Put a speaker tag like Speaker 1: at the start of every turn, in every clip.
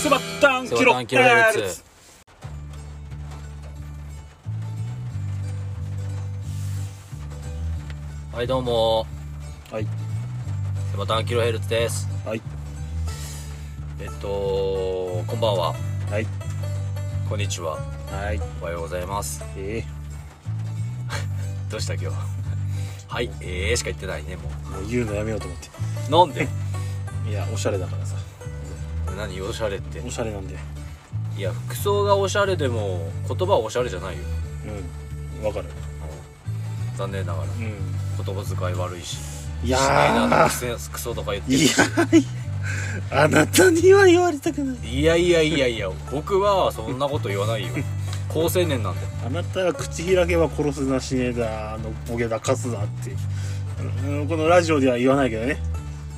Speaker 1: 3キロ
Speaker 2: 3キロヘルツはいどうも
Speaker 1: はい
Speaker 2: セバタンキロヘルツです
Speaker 1: はい
Speaker 2: えっとこんばんは
Speaker 1: はい
Speaker 2: こんにちは
Speaker 1: はい
Speaker 2: おはようございます
Speaker 1: え
Speaker 2: どうした今日 はいえーしか言ってないねも
Speaker 1: ー、もう言うのやめようと思って
Speaker 2: うなんで
Speaker 1: いやおしゃれだからさ
Speaker 2: 何おしゃれって
Speaker 1: おしゃれなんで
Speaker 2: いや服装がおしゃれでも言葉はおしゃれじゃないよ
Speaker 1: うんわかる
Speaker 2: 残念ながら
Speaker 1: うん
Speaker 2: 言葉遣い悪いし
Speaker 1: い
Speaker 2: い
Speaker 1: や
Speaker 2: しないな
Speaker 1: ー
Speaker 2: クソクソとか言ってる
Speaker 1: いやーあなたには言われたくない
Speaker 2: いやいやいやいや僕はそんなこと言わないよ高青年なんで
Speaker 1: あなたは口開けば殺すな死ねだあのボケだカスだってうんこのラジオでは言わないけどね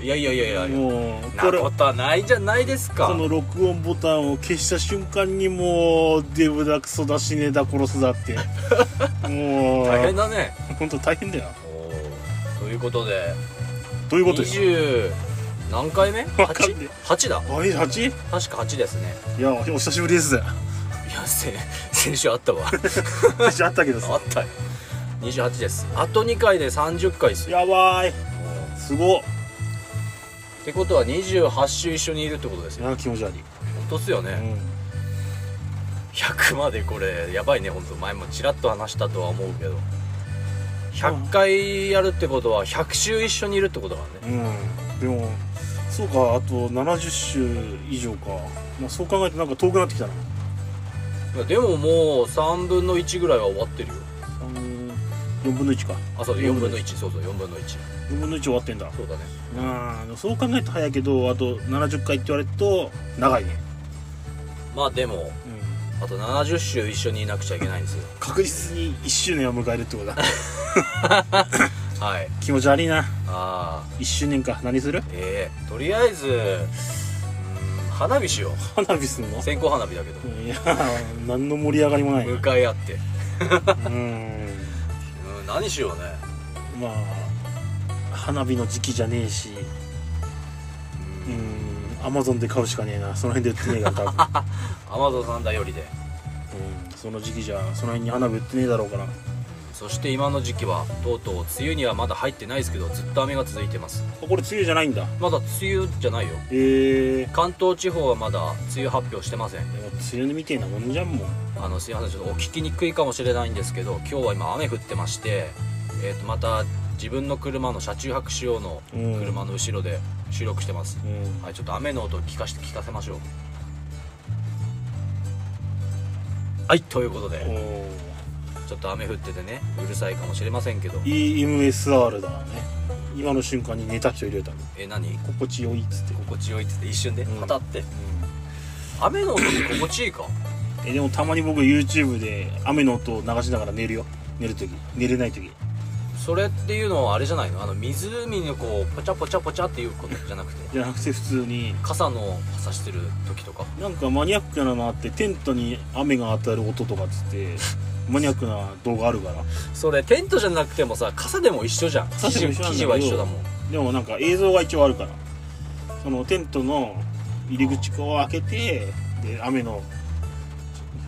Speaker 2: いやいやいやいやいや
Speaker 1: もうこ
Speaker 2: な
Speaker 1: れ
Speaker 2: ことはないじゃないですか
Speaker 1: この録音ボタンを消した瞬間にもうデブだクソだ死ねだ殺すだってもう
Speaker 2: 大変だね
Speaker 1: 本当大変だよ
Speaker 2: おーということで
Speaker 1: どういうことです
Speaker 2: 20何回目
Speaker 1: わかんね
Speaker 2: 8? 8だ
Speaker 1: かあれ 8?
Speaker 2: 確か8ですね
Speaker 1: いやお久しぶりです
Speaker 2: いやせ 先週あったわ
Speaker 1: 私あったけど
Speaker 2: あ
Speaker 1: さ
Speaker 2: ったよ28ですあと2回で30回ですよ
Speaker 1: やばい
Speaker 2: もう
Speaker 1: すごっ
Speaker 2: ってことは28週一緒にいるってことですよ
Speaker 1: や気持ち悪い、
Speaker 2: 本当っすよね、
Speaker 1: う
Speaker 2: 100までこれやばいね本当前もちらっと話したとは思うけど100回やるってことは100週一緒にいるってことだからね
Speaker 1: ん、うん、でもそうかあと70週以上か、まあ、そう考えてなんか遠くなってきたな
Speaker 2: まあでももう3分の1ぐらいは終わってるよ
Speaker 1: 3 4分の1か
Speaker 2: あそう4分の1そうそう4分の1
Speaker 1: 4分の1終わってんだ
Speaker 2: そうだね
Speaker 1: うんそう考えると早いけどあと70回って言われると長いね、
Speaker 2: まあでもあと70週一緒にいなくちゃいけないんですよ
Speaker 1: 確実に1周年を迎えるってことだ
Speaker 2: はい
Speaker 1: 気持ち悪いな
Speaker 2: ああ
Speaker 1: 1周年か何する
Speaker 2: ええとりあえずうーん花火しよう
Speaker 1: 花火す んの
Speaker 2: 線香花火だけど
Speaker 1: いやー何の盛り上がりもないな
Speaker 2: 向かい合って
Speaker 1: うん
Speaker 2: うん何しようね
Speaker 1: まあ花火の時期じゃねえし
Speaker 2: うん
Speaker 1: うんアマゾンで買うしかねえなその辺で売ってねえから多分、
Speaker 2: アマゾンさんだよりで
Speaker 1: うん、その時期じゃその辺に花火売ってねえだろうからあ
Speaker 2: そして今の時期はとうとう梅雨にはまだ入ってないですけどずっと雨が続いてます
Speaker 1: これ梅雨じゃないんだ
Speaker 2: まだ梅雨じゃないよ
Speaker 1: ええー、
Speaker 2: 関東地方はまだ梅雨発表してません
Speaker 1: でも梅雨みてえなもんじゃんもん
Speaker 2: あのすいませんちょっとお聞きにくいかもしれないんですけど今日は今雨降ってまして、えー、とまた自分の車の車中泊仕様の
Speaker 1: うん
Speaker 2: 車の後ろで収録してます、
Speaker 1: うん
Speaker 2: はいちょっと雨の音を聞かして聞かせましょうはいということで
Speaker 1: お
Speaker 2: ちょっと雨降っててねうるさいかもしれませんけど
Speaker 1: ー EMSR だね今の瞬間に寝た人いるよ多分
Speaker 2: え何
Speaker 1: 心地よいっつって、
Speaker 2: 心地よいって言って一瞬で
Speaker 1: うん
Speaker 2: 当たって雨の音って心地いいか
Speaker 1: えでもたまに僕 YouTube で雨の音を流しながら寝るよ寝る時寝れない時
Speaker 2: それっていうのはあれじゃないのあの湖にこうポチャポチャポチャっていうことじゃなくて
Speaker 1: じゃなくて普通に
Speaker 2: 傘の差してる時とか
Speaker 1: なんかマニアックなのあってテントに雨が当たる音とかっつってマニアックな動画あるから
Speaker 2: それテントじゃなくてもさ傘でも一緒じゃん生
Speaker 1: 傘
Speaker 2: 地
Speaker 1: でも一緒なんだけど
Speaker 2: は一緒だもん
Speaker 1: でもなんか映像が一応あるからそのテントの入り口を開けてで雨の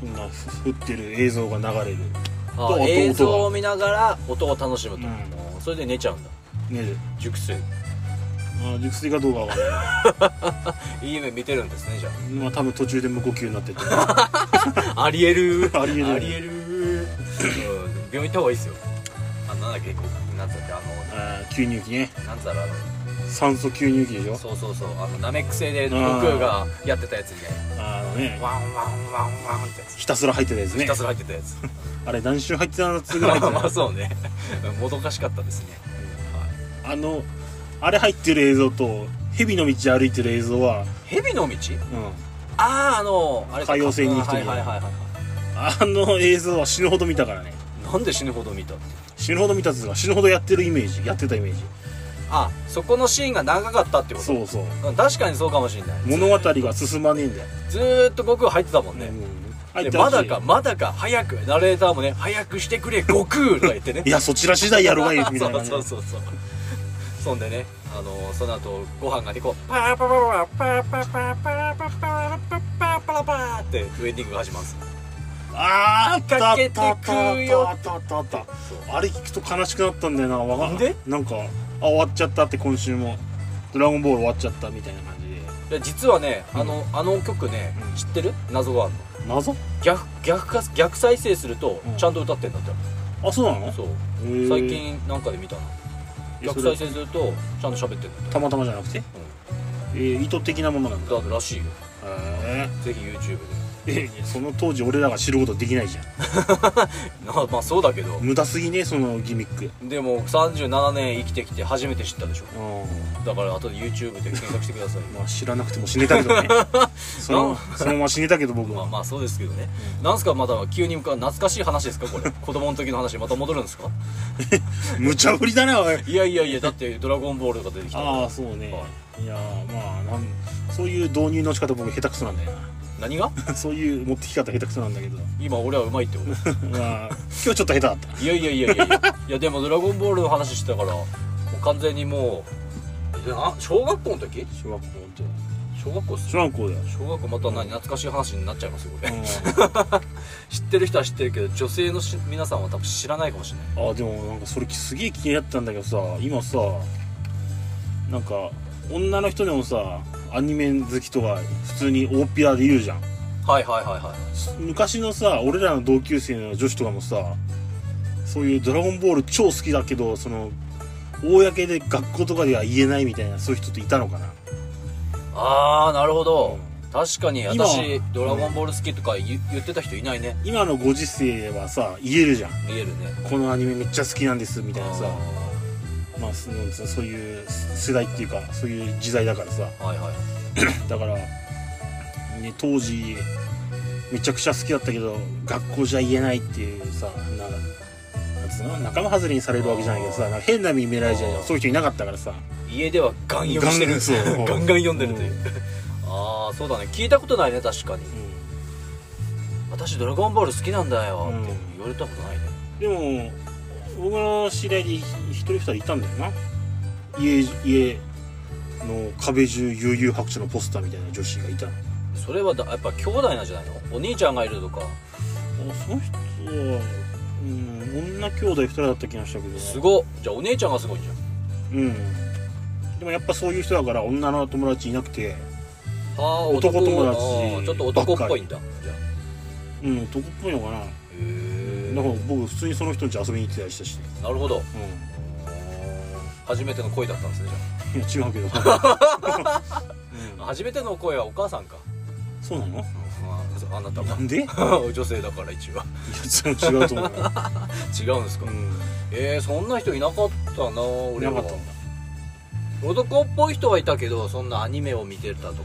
Speaker 1: ふんな降ってる映像が流れる
Speaker 2: あ
Speaker 1: 音
Speaker 2: あ
Speaker 1: が
Speaker 2: 映像を見ながら音を楽しむと、
Speaker 1: う
Speaker 2: それで寝ちゃうんだ
Speaker 1: 寝る
Speaker 2: 熟睡
Speaker 1: あ熟睡かどうかわからない
Speaker 2: いい夢見てるんですねじゃ
Speaker 1: まあ多分途中で無呼吸になってて
Speaker 2: あありえる
Speaker 1: ありえる
Speaker 2: ありえるうん病院行った方がいいですよあなんだっけこうなんだっけあ
Speaker 1: あー吸入器ね
Speaker 2: のなんだろうあの
Speaker 1: 酸素吸入器でしょ
Speaker 2: そうそうそうあのナメック星で悟空がやってたやつみたい
Speaker 1: あのね
Speaker 2: なワンワンワンワンってやつ
Speaker 1: ひたすら入ってたやつ
Speaker 2: ひ
Speaker 1: ね
Speaker 2: た すら入ってたやつ
Speaker 1: あれ何周入ってたのつ ぐらい入ってた
Speaker 2: まあそうねもどかしかったですね、はい
Speaker 1: あのあれ入ってる映像と蛇の道歩いてる映像は、
Speaker 2: 蛇の道
Speaker 1: うん、
Speaker 2: あああのあれ
Speaker 1: 海洋星に行く
Speaker 2: は
Speaker 1: 時
Speaker 2: いはいはいはい
Speaker 1: あの映像は死ぬほど見たからね
Speaker 2: なんで死ぬほど見たって
Speaker 1: 死ぬほど見たっつうか死ぬほどやってるイメージやってたイメージ
Speaker 2: あそこのシーンが長かったってこと
Speaker 1: そうそう
Speaker 2: うん確かにそうかもしれない
Speaker 1: 物語が進まねえんだよ、
Speaker 2: ずーっと悟空入ってたもんね、
Speaker 1: うん入
Speaker 2: で
Speaker 1: って
Speaker 2: ま
Speaker 1: ほしい
Speaker 2: だかまだか早くナレーターもね早くしてくれ悟空とか言ってね
Speaker 1: いやそちら次第やるわいみたいな、ね、
Speaker 2: そうそうそうそうそんでねあのその後ご飯がねこうパーパーパーパーパーパーパーパーパーパーパーパーパーパーパパーってウェディングが始まるんです
Speaker 1: あーあったあ
Speaker 2: か
Speaker 1: っ
Speaker 2: けて
Speaker 1: たあったあ
Speaker 2: く
Speaker 1: っ
Speaker 2: よ
Speaker 1: たあったあったあった
Speaker 2: そう
Speaker 1: あれ聞くと悲しくなったんだよなわが
Speaker 2: んで
Speaker 1: なんかあ終わっちゃったって今週も「ドラゴンボール」終わっちゃったみたいな感じで
Speaker 2: いや実はね
Speaker 1: うん
Speaker 2: あの,、あの曲ね
Speaker 1: うん
Speaker 2: 知ってる謎があるの
Speaker 1: 謎
Speaker 2: 逆逆か逆再生すると
Speaker 1: うん
Speaker 2: ちゃんと歌ってんだって、
Speaker 1: あそうなの
Speaker 2: そう
Speaker 1: へー
Speaker 2: 最近なんかで見たな
Speaker 1: え
Speaker 2: 逆
Speaker 1: それ
Speaker 2: 再生するとちゃんと喋ってんだって
Speaker 1: たまたまじゃなくて、えー意図的なものなんだ
Speaker 2: だかららしいよ
Speaker 1: へ
Speaker 2: ぜひ YouTube で
Speaker 1: ーえーその当時俺らが知ることできないじゃん
Speaker 2: なまあそうだけど
Speaker 1: 無駄すぎねそのギミック
Speaker 2: でも37年生きてきて初めて知ったでしょ
Speaker 1: うん
Speaker 2: だから後で YouTube で検索してくださいよ
Speaker 1: まあ知らなくても死ねたけどねそのそのまま死ねたけど僕
Speaker 2: まあ
Speaker 1: は
Speaker 2: まあそうですけどね、なんすかまだ急に向かう懐かしい話ですかこれ 子供の時の話にまた戻るんですか
Speaker 1: 無茶ぶりだなおい
Speaker 2: いやいやいやだって「ドラゴンボール」とか出てきた
Speaker 1: ああそうね、、
Speaker 2: はい
Speaker 1: やーまあなんそういう導入の仕方僕下手くそなんだよ
Speaker 2: 何が
Speaker 1: なそういう持ってき方下手くそなんだけど
Speaker 2: 今俺はうまいってこと
Speaker 1: まあ今日ちょっと下手だった
Speaker 2: いやいやいやいやいやいやでも「ドラゴンボール」の話してたからもう完全にもうえな小学校の時
Speaker 1: 小学校本当
Speaker 2: 小学校っす
Speaker 1: 小学校だよ
Speaker 2: 小学校また何懐かしい話になっちゃいますよこれ、
Speaker 1: う
Speaker 2: 知ってる人は知ってるけど女性のし皆さんは多分知らないかもしれない
Speaker 1: ん、あでもなんかそれすげえ気になったんだけどさ今さなんか女の人でもさアニメ好きとか普通に大っぴらで言うじゃん
Speaker 2: はいはいはいはい
Speaker 1: 昔のさ俺らの同級生の女子とかもさそういう「ドラゴンボール」超好きだけどその公で学校とかでは言えないみたいなそういう人っていたのかな
Speaker 2: ああなるほど、
Speaker 1: う
Speaker 2: 確かに
Speaker 1: 今
Speaker 2: 私「ドラゴンボール好き」とか言言ってた人いないね
Speaker 1: 今のご時世はさ言えるじゃん
Speaker 2: 見えるね
Speaker 1: このアニメめっちゃ好きなんですみたいなさ
Speaker 2: あ
Speaker 1: まあそのそういう世代っていうかそういう時代だからさ
Speaker 2: ーはいはい
Speaker 1: だから、ね、当時めちゃくちゃ好きだったけど学校じゃ言えないっていうさなんかなんつうの仲間外れにされるわけじゃないけどさなんか変な目に見られちゃうじゃんそういう人いなかったからさ
Speaker 2: 家ではガン読みして る
Speaker 1: ガンそう
Speaker 2: ガンガン読んでるという、ああそうだね聞いたことないね確かに
Speaker 1: う
Speaker 2: 「私ドラゴンボール好きなんだよ」って
Speaker 1: うん
Speaker 2: 言われたことない
Speaker 1: んで
Speaker 2: ね、
Speaker 1: も僕の知り合いで一人二人いたんだよな家家の壁中悠々白書のポスターみたいな女子がいたの
Speaker 2: それはだやっぱ兄弟なんじゃないのお兄ちゃんがいるとか
Speaker 1: あその人は、うん、女兄弟二人だった気がしたけどな
Speaker 2: すごっじゃあお姉ちゃんがすごいんじゃん
Speaker 1: うんでもやっぱそういう人だから女の友達いなくて
Speaker 2: あー
Speaker 1: 男友達
Speaker 2: あーちょっと男っぽいんだじゃあ
Speaker 1: うん男っぽいのかなだか
Speaker 2: へえ
Speaker 1: ら僕普通にその人ん家遊びに行ってたりしたし、
Speaker 2: なるほど
Speaker 1: う
Speaker 2: 初めての恋だったんですねじゃ
Speaker 1: ん、いや違う けど、
Speaker 2: あ初めての恋はお母さんか
Speaker 1: うん、そうなの
Speaker 2: ああなた
Speaker 1: な
Speaker 2: が
Speaker 1: んで いや
Speaker 2: 女性だから一応
Speaker 1: 全然違うと思うよ、
Speaker 2: 違うんですか、
Speaker 1: う
Speaker 2: えー、そんな人いなかったな俺
Speaker 1: ん、い
Speaker 2: は
Speaker 1: なかったんだ
Speaker 2: 男っぽい人はいたけどそんなアニメを見てたとか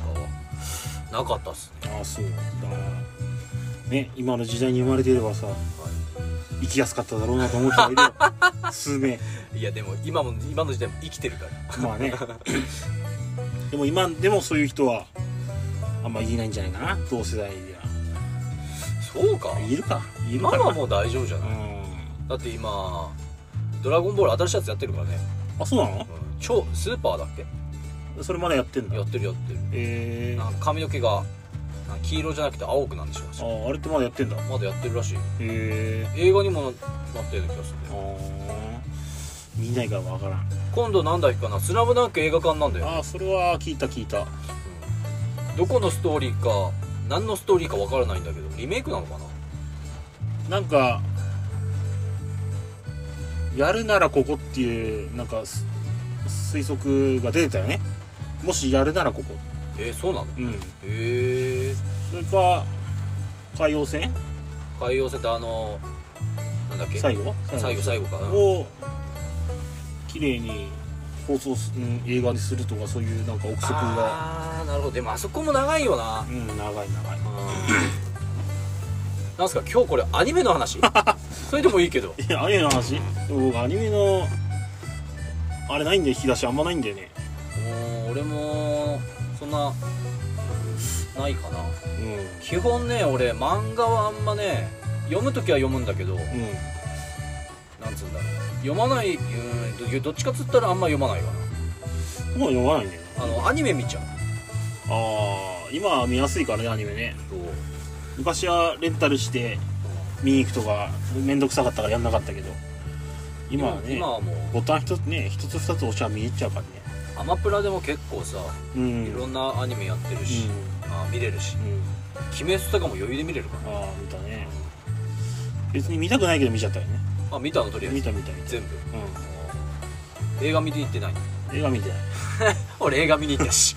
Speaker 2: はなかったっすね、
Speaker 1: ああそうだからね今の時代に生まれていればさ生きやすかっただろうなと思う人がいるよ数名
Speaker 2: い、やでも今も今の時代も生きてるから
Speaker 1: まあね でも今でもそういう人はあんま言えないんじゃないかな同世代では
Speaker 2: そうか
Speaker 1: いるかいる
Speaker 2: 今
Speaker 1: かな
Speaker 2: はもう大丈夫じゃ
Speaker 1: う
Speaker 2: ない、
Speaker 1: ん
Speaker 2: だって今「ドラゴンボール」新しいやつやってるからね、
Speaker 1: あそうなの
Speaker 2: うん超スーパーだっけ
Speaker 1: それまだやってんだ
Speaker 2: やってるやってる
Speaker 1: えー、
Speaker 2: なん
Speaker 1: あ
Speaker 2: か髪の毛がなんか黄色じゃなくて青くなんでしょう
Speaker 1: ああれってまだやってんだ
Speaker 2: まだやってるらしい
Speaker 1: え
Speaker 2: 映画にもなったような気がする
Speaker 1: ー、
Speaker 2: ね
Speaker 1: あー見ないからわからん
Speaker 2: 今度なんだっけかな「スラムダンク映画館なんだよ、
Speaker 1: ああそれは聞いた聞いた
Speaker 2: うんどこのストーリーか何のストーリーかわからないんだけどリメイクなのかな
Speaker 1: なんかやるならここっていうなんかす推測が出てたよねもしやるならここ
Speaker 2: えー、そうなの
Speaker 1: うん
Speaker 2: へえ
Speaker 1: それか海洋戦
Speaker 2: 海洋戦ってあのなんだっけ
Speaker 1: 最後
Speaker 2: 最後最後かな
Speaker 1: を綺麗に放送す、うん、映画にするとかそういうなんか憶測が
Speaker 2: あーなるほどでもあそこも長いよな
Speaker 1: うん長い長い
Speaker 2: なんすか今日これアニメ の話それでもいいけど
Speaker 1: いやアニメの話でも僕アニメのあれないんだよ引き出しあんまないんだよね
Speaker 2: もう俺もそんなないかな
Speaker 1: う
Speaker 2: 基本ね俺漫画はあんまね読む時は読むんだけど
Speaker 1: んうん
Speaker 2: なんつうんだろう読まないうーんどどっちかっつったらあんま読まないか
Speaker 1: もう読まないんだよ
Speaker 2: なあのアニメ見ちゃう
Speaker 1: あ今は見やすいからねアニメね
Speaker 2: そう
Speaker 1: 昔はレンタルして見に行くとか面倒くさかったからやんなかったけど今はね
Speaker 2: 今はもう
Speaker 1: ボタン一つね一つ二つ押しゃ見に行っちゃうからね
Speaker 2: アマプラでも結構さ
Speaker 1: うん
Speaker 2: いろんなアニメやってるし、あ見れるし
Speaker 1: うん、うん、
Speaker 2: 鬼滅とかも余裕で見れるから
Speaker 1: ああ見たね別に見たくないけど見ちゃったよね
Speaker 2: あ見たのとりあえ
Speaker 1: 見
Speaker 2: ず
Speaker 1: た見た見た
Speaker 2: 全部
Speaker 1: う
Speaker 2: 映画見に行ってない
Speaker 1: ん映画見てない
Speaker 2: 俺映画見に行っ たし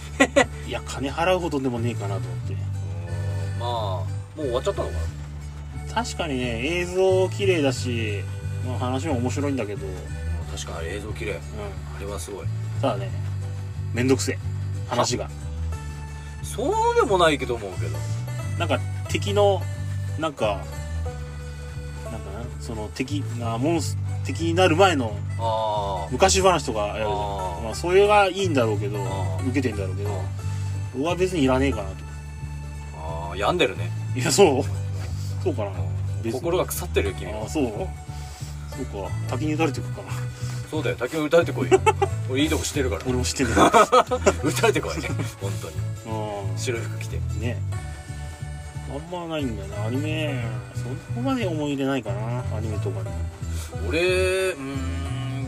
Speaker 1: いや金払うほどでもねえかなと思って
Speaker 2: まあもう終わっちゃったのかな
Speaker 1: 確かにね映像綺麗だし、まあ、話も面白いんだけど、うん、
Speaker 2: 確かにあれ映像綺麗あれはすごい
Speaker 1: ただねめんどくせえ話が
Speaker 2: そうでもないけど思うけど
Speaker 1: なんか敵のなんかなんかなその敵なモンス敵になる前の
Speaker 2: あー
Speaker 1: 昔話とかやるじゃん
Speaker 2: あー
Speaker 1: まあ、それがいいんだろうけど
Speaker 2: あー
Speaker 1: 受けてんだろうけど俺は別にいらねえかなと
Speaker 2: あー病んでるね
Speaker 1: いやそう そうかな別に
Speaker 2: 心が腐ってるよ君
Speaker 1: ああそうそうか滝に打たれてくかな
Speaker 2: そうだよ竹雄打たれて こいよ俺いいとこしてるから
Speaker 1: 俺も知ってんだけ
Speaker 2: 打たれてこい本当に
Speaker 1: どうん
Speaker 2: 白い服着て
Speaker 1: ねあんまないんだよなアニメそこまで思い入れないかなアニメとかに
Speaker 2: 俺うーん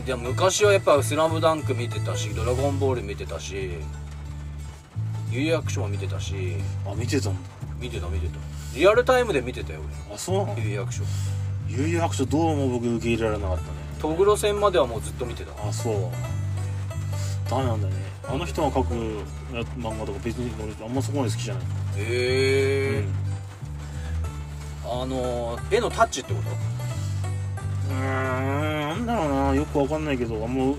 Speaker 2: じゃあ昔はやっぱ「スラムダンク見てたし「ドラゴンボール」見てたし「有役所」も見てたし
Speaker 1: あ見てたんだ
Speaker 2: 見てた見てたリアルタイムで見てたよ
Speaker 1: あそうなの
Speaker 2: 俺有役所
Speaker 1: 悠々白書どうも僕受け入れられなかったね
Speaker 2: トグロ戦まではもうずっと見てた
Speaker 1: あそうダメなんだねあの人が描くや漫画とか別に俺あんまそこまで好きじゃない、
Speaker 2: へ
Speaker 1: う
Speaker 2: え、あのー絵のタッチってこ
Speaker 1: ーん
Speaker 2: と
Speaker 1: なんだろうなよくわかんないけどあんま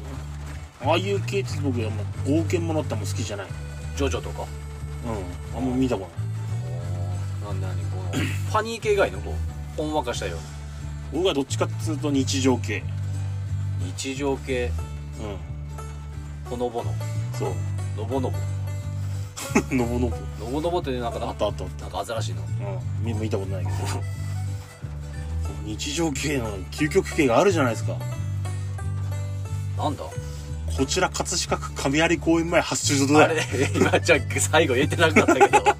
Speaker 1: ああいう系って僕あんま冒険ものってあんま好きじゃない
Speaker 2: ジョジョとか
Speaker 1: うんあんま見たことない
Speaker 2: なんだ何このパニー系以外のこうほんわかしたような
Speaker 1: 僕はどっちかっつうと日常系
Speaker 2: 日常系
Speaker 1: う
Speaker 2: ほのぼの
Speaker 1: んそう
Speaker 2: のぼのぼ
Speaker 1: のぼのぼ
Speaker 2: のぼのぼってなんかな
Speaker 1: あっ
Speaker 2: かった
Speaker 1: あったあった
Speaker 2: なんかアザラシの
Speaker 1: うん、見見たことないけど 日常系の究極系があるじゃないですか
Speaker 2: なんだ
Speaker 1: こちら葛飾区神有公園前発注所
Speaker 2: あ
Speaker 1: だよ
Speaker 2: れ 今じゃあ最後言えてなくなったけど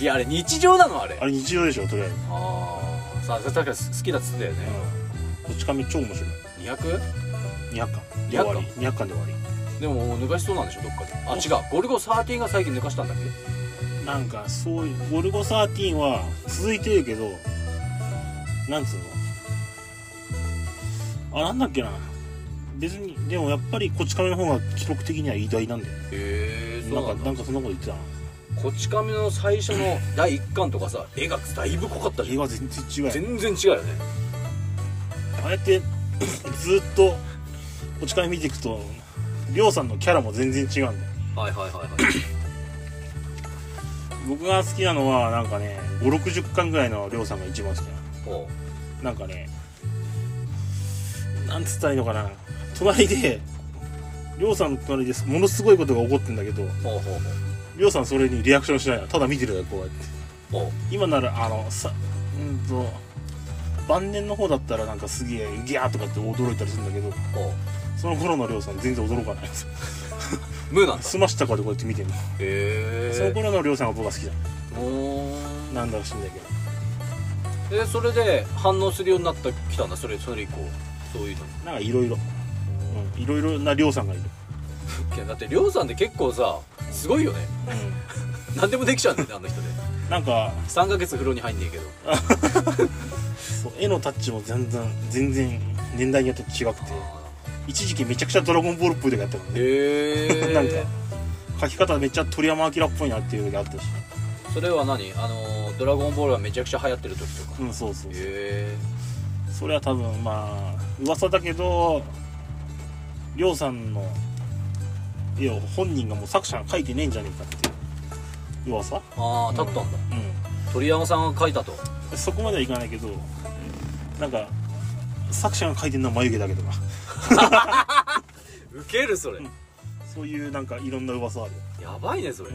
Speaker 2: いやあれ日常なのあれ
Speaker 1: あれ日常でしょとりあえず、
Speaker 2: ああさあ確かに好きだっつってたよね
Speaker 1: こち亀超面白い
Speaker 2: 200?
Speaker 1: 200巻で終わり200巻で終わ
Speaker 2: でももう抜かしそうなんでしょどっかであ違うゴルゴ13が最近抜かしたんだっけ
Speaker 1: りなんかそういう「ゴルゴ13」は続いてるけどなんつうのあなんだっけな別にでもやっぱりこち亀の方が記録的には偉大なんだよね
Speaker 2: へえ
Speaker 1: なんかなんかそんなこと言ってたな
Speaker 2: こち亀の最初の第1巻とかさ絵がだいぶ濃かったじ
Speaker 1: 映
Speaker 2: ゃん
Speaker 1: 画全然違うよ
Speaker 2: 全然違うよね
Speaker 1: ああやってずーっとこち亀見ていくとりょうさんのキャラも全然違うんだよ
Speaker 2: はいはいはいはい
Speaker 1: 僕が好きなのはなんかね560巻ぐらいのりょうさんが一番好きな
Speaker 2: ほ
Speaker 1: のなんかねなんつったらいいのかな隣でりょうさんの隣でものすごいことが起こってんだけど
Speaker 2: うほうほう
Speaker 1: りょうさんそれにリアクションしないのただ見てるだけこうやって
Speaker 2: ほうほ
Speaker 1: 今ならあのさうんと晩年の方だったらなんかすげえギャーとかって驚いたりするんだけど
Speaker 2: うほ
Speaker 1: その頃のりょうさん全然驚かないです
Speaker 2: う無なんだへ
Speaker 1: 済ましたかでこうやって見てるの、その
Speaker 2: え
Speaker 1: 頃のりょうさんが僕は好きだ
Speaker 2: お
Speaker 1: なんだか知んだけど
Speaker 2: でそれで反応するようになったきたんだそれそれ以降そういうのに
Speaker 1: なんかいろいろいろいろなりょうさんがいる、
Speaker 2: いやだってりょうさんって結構さすごいよね何でもできちゃうんだよねあの人で
Speaker 1: なんか
Speaker 2: 3ヶ月風呂に入んねえけど
Speaker 1: そう絵のタッチも全然全然年代によって違くて一時期めちゃくちゃ「ドラゴンボール」っぽい時あったからね
Speaker 2: へえ
Speaker 1: なんか描き方めっちゃ鳥山明っぽいなっていう時あったし
Speaker 2: それは何あのドラゴンボールがめちゃくちゃ流行ってる時とか
Speaker 1: うんそうそうそう
Speaker 2: へ
Speaker 1: それは多分まあ噂だけどりょうさんの絵を本人がもう作者が描いてねえんじゃねえかっていう噂
Speaker 2: えああ立ったんだ
Speaker 1: うん
Speaker 2: 鳥山さんが書いたと
Speaker 1: そこまではいかないけどなんか作者が描いてるのは眉毛だけとか
Speaker 2: ウケるそれ、
Speaker 1: うんそういうなんかいろんな噂ある、
Speaker 2: やばいねそれ、へ
Speaker 1: う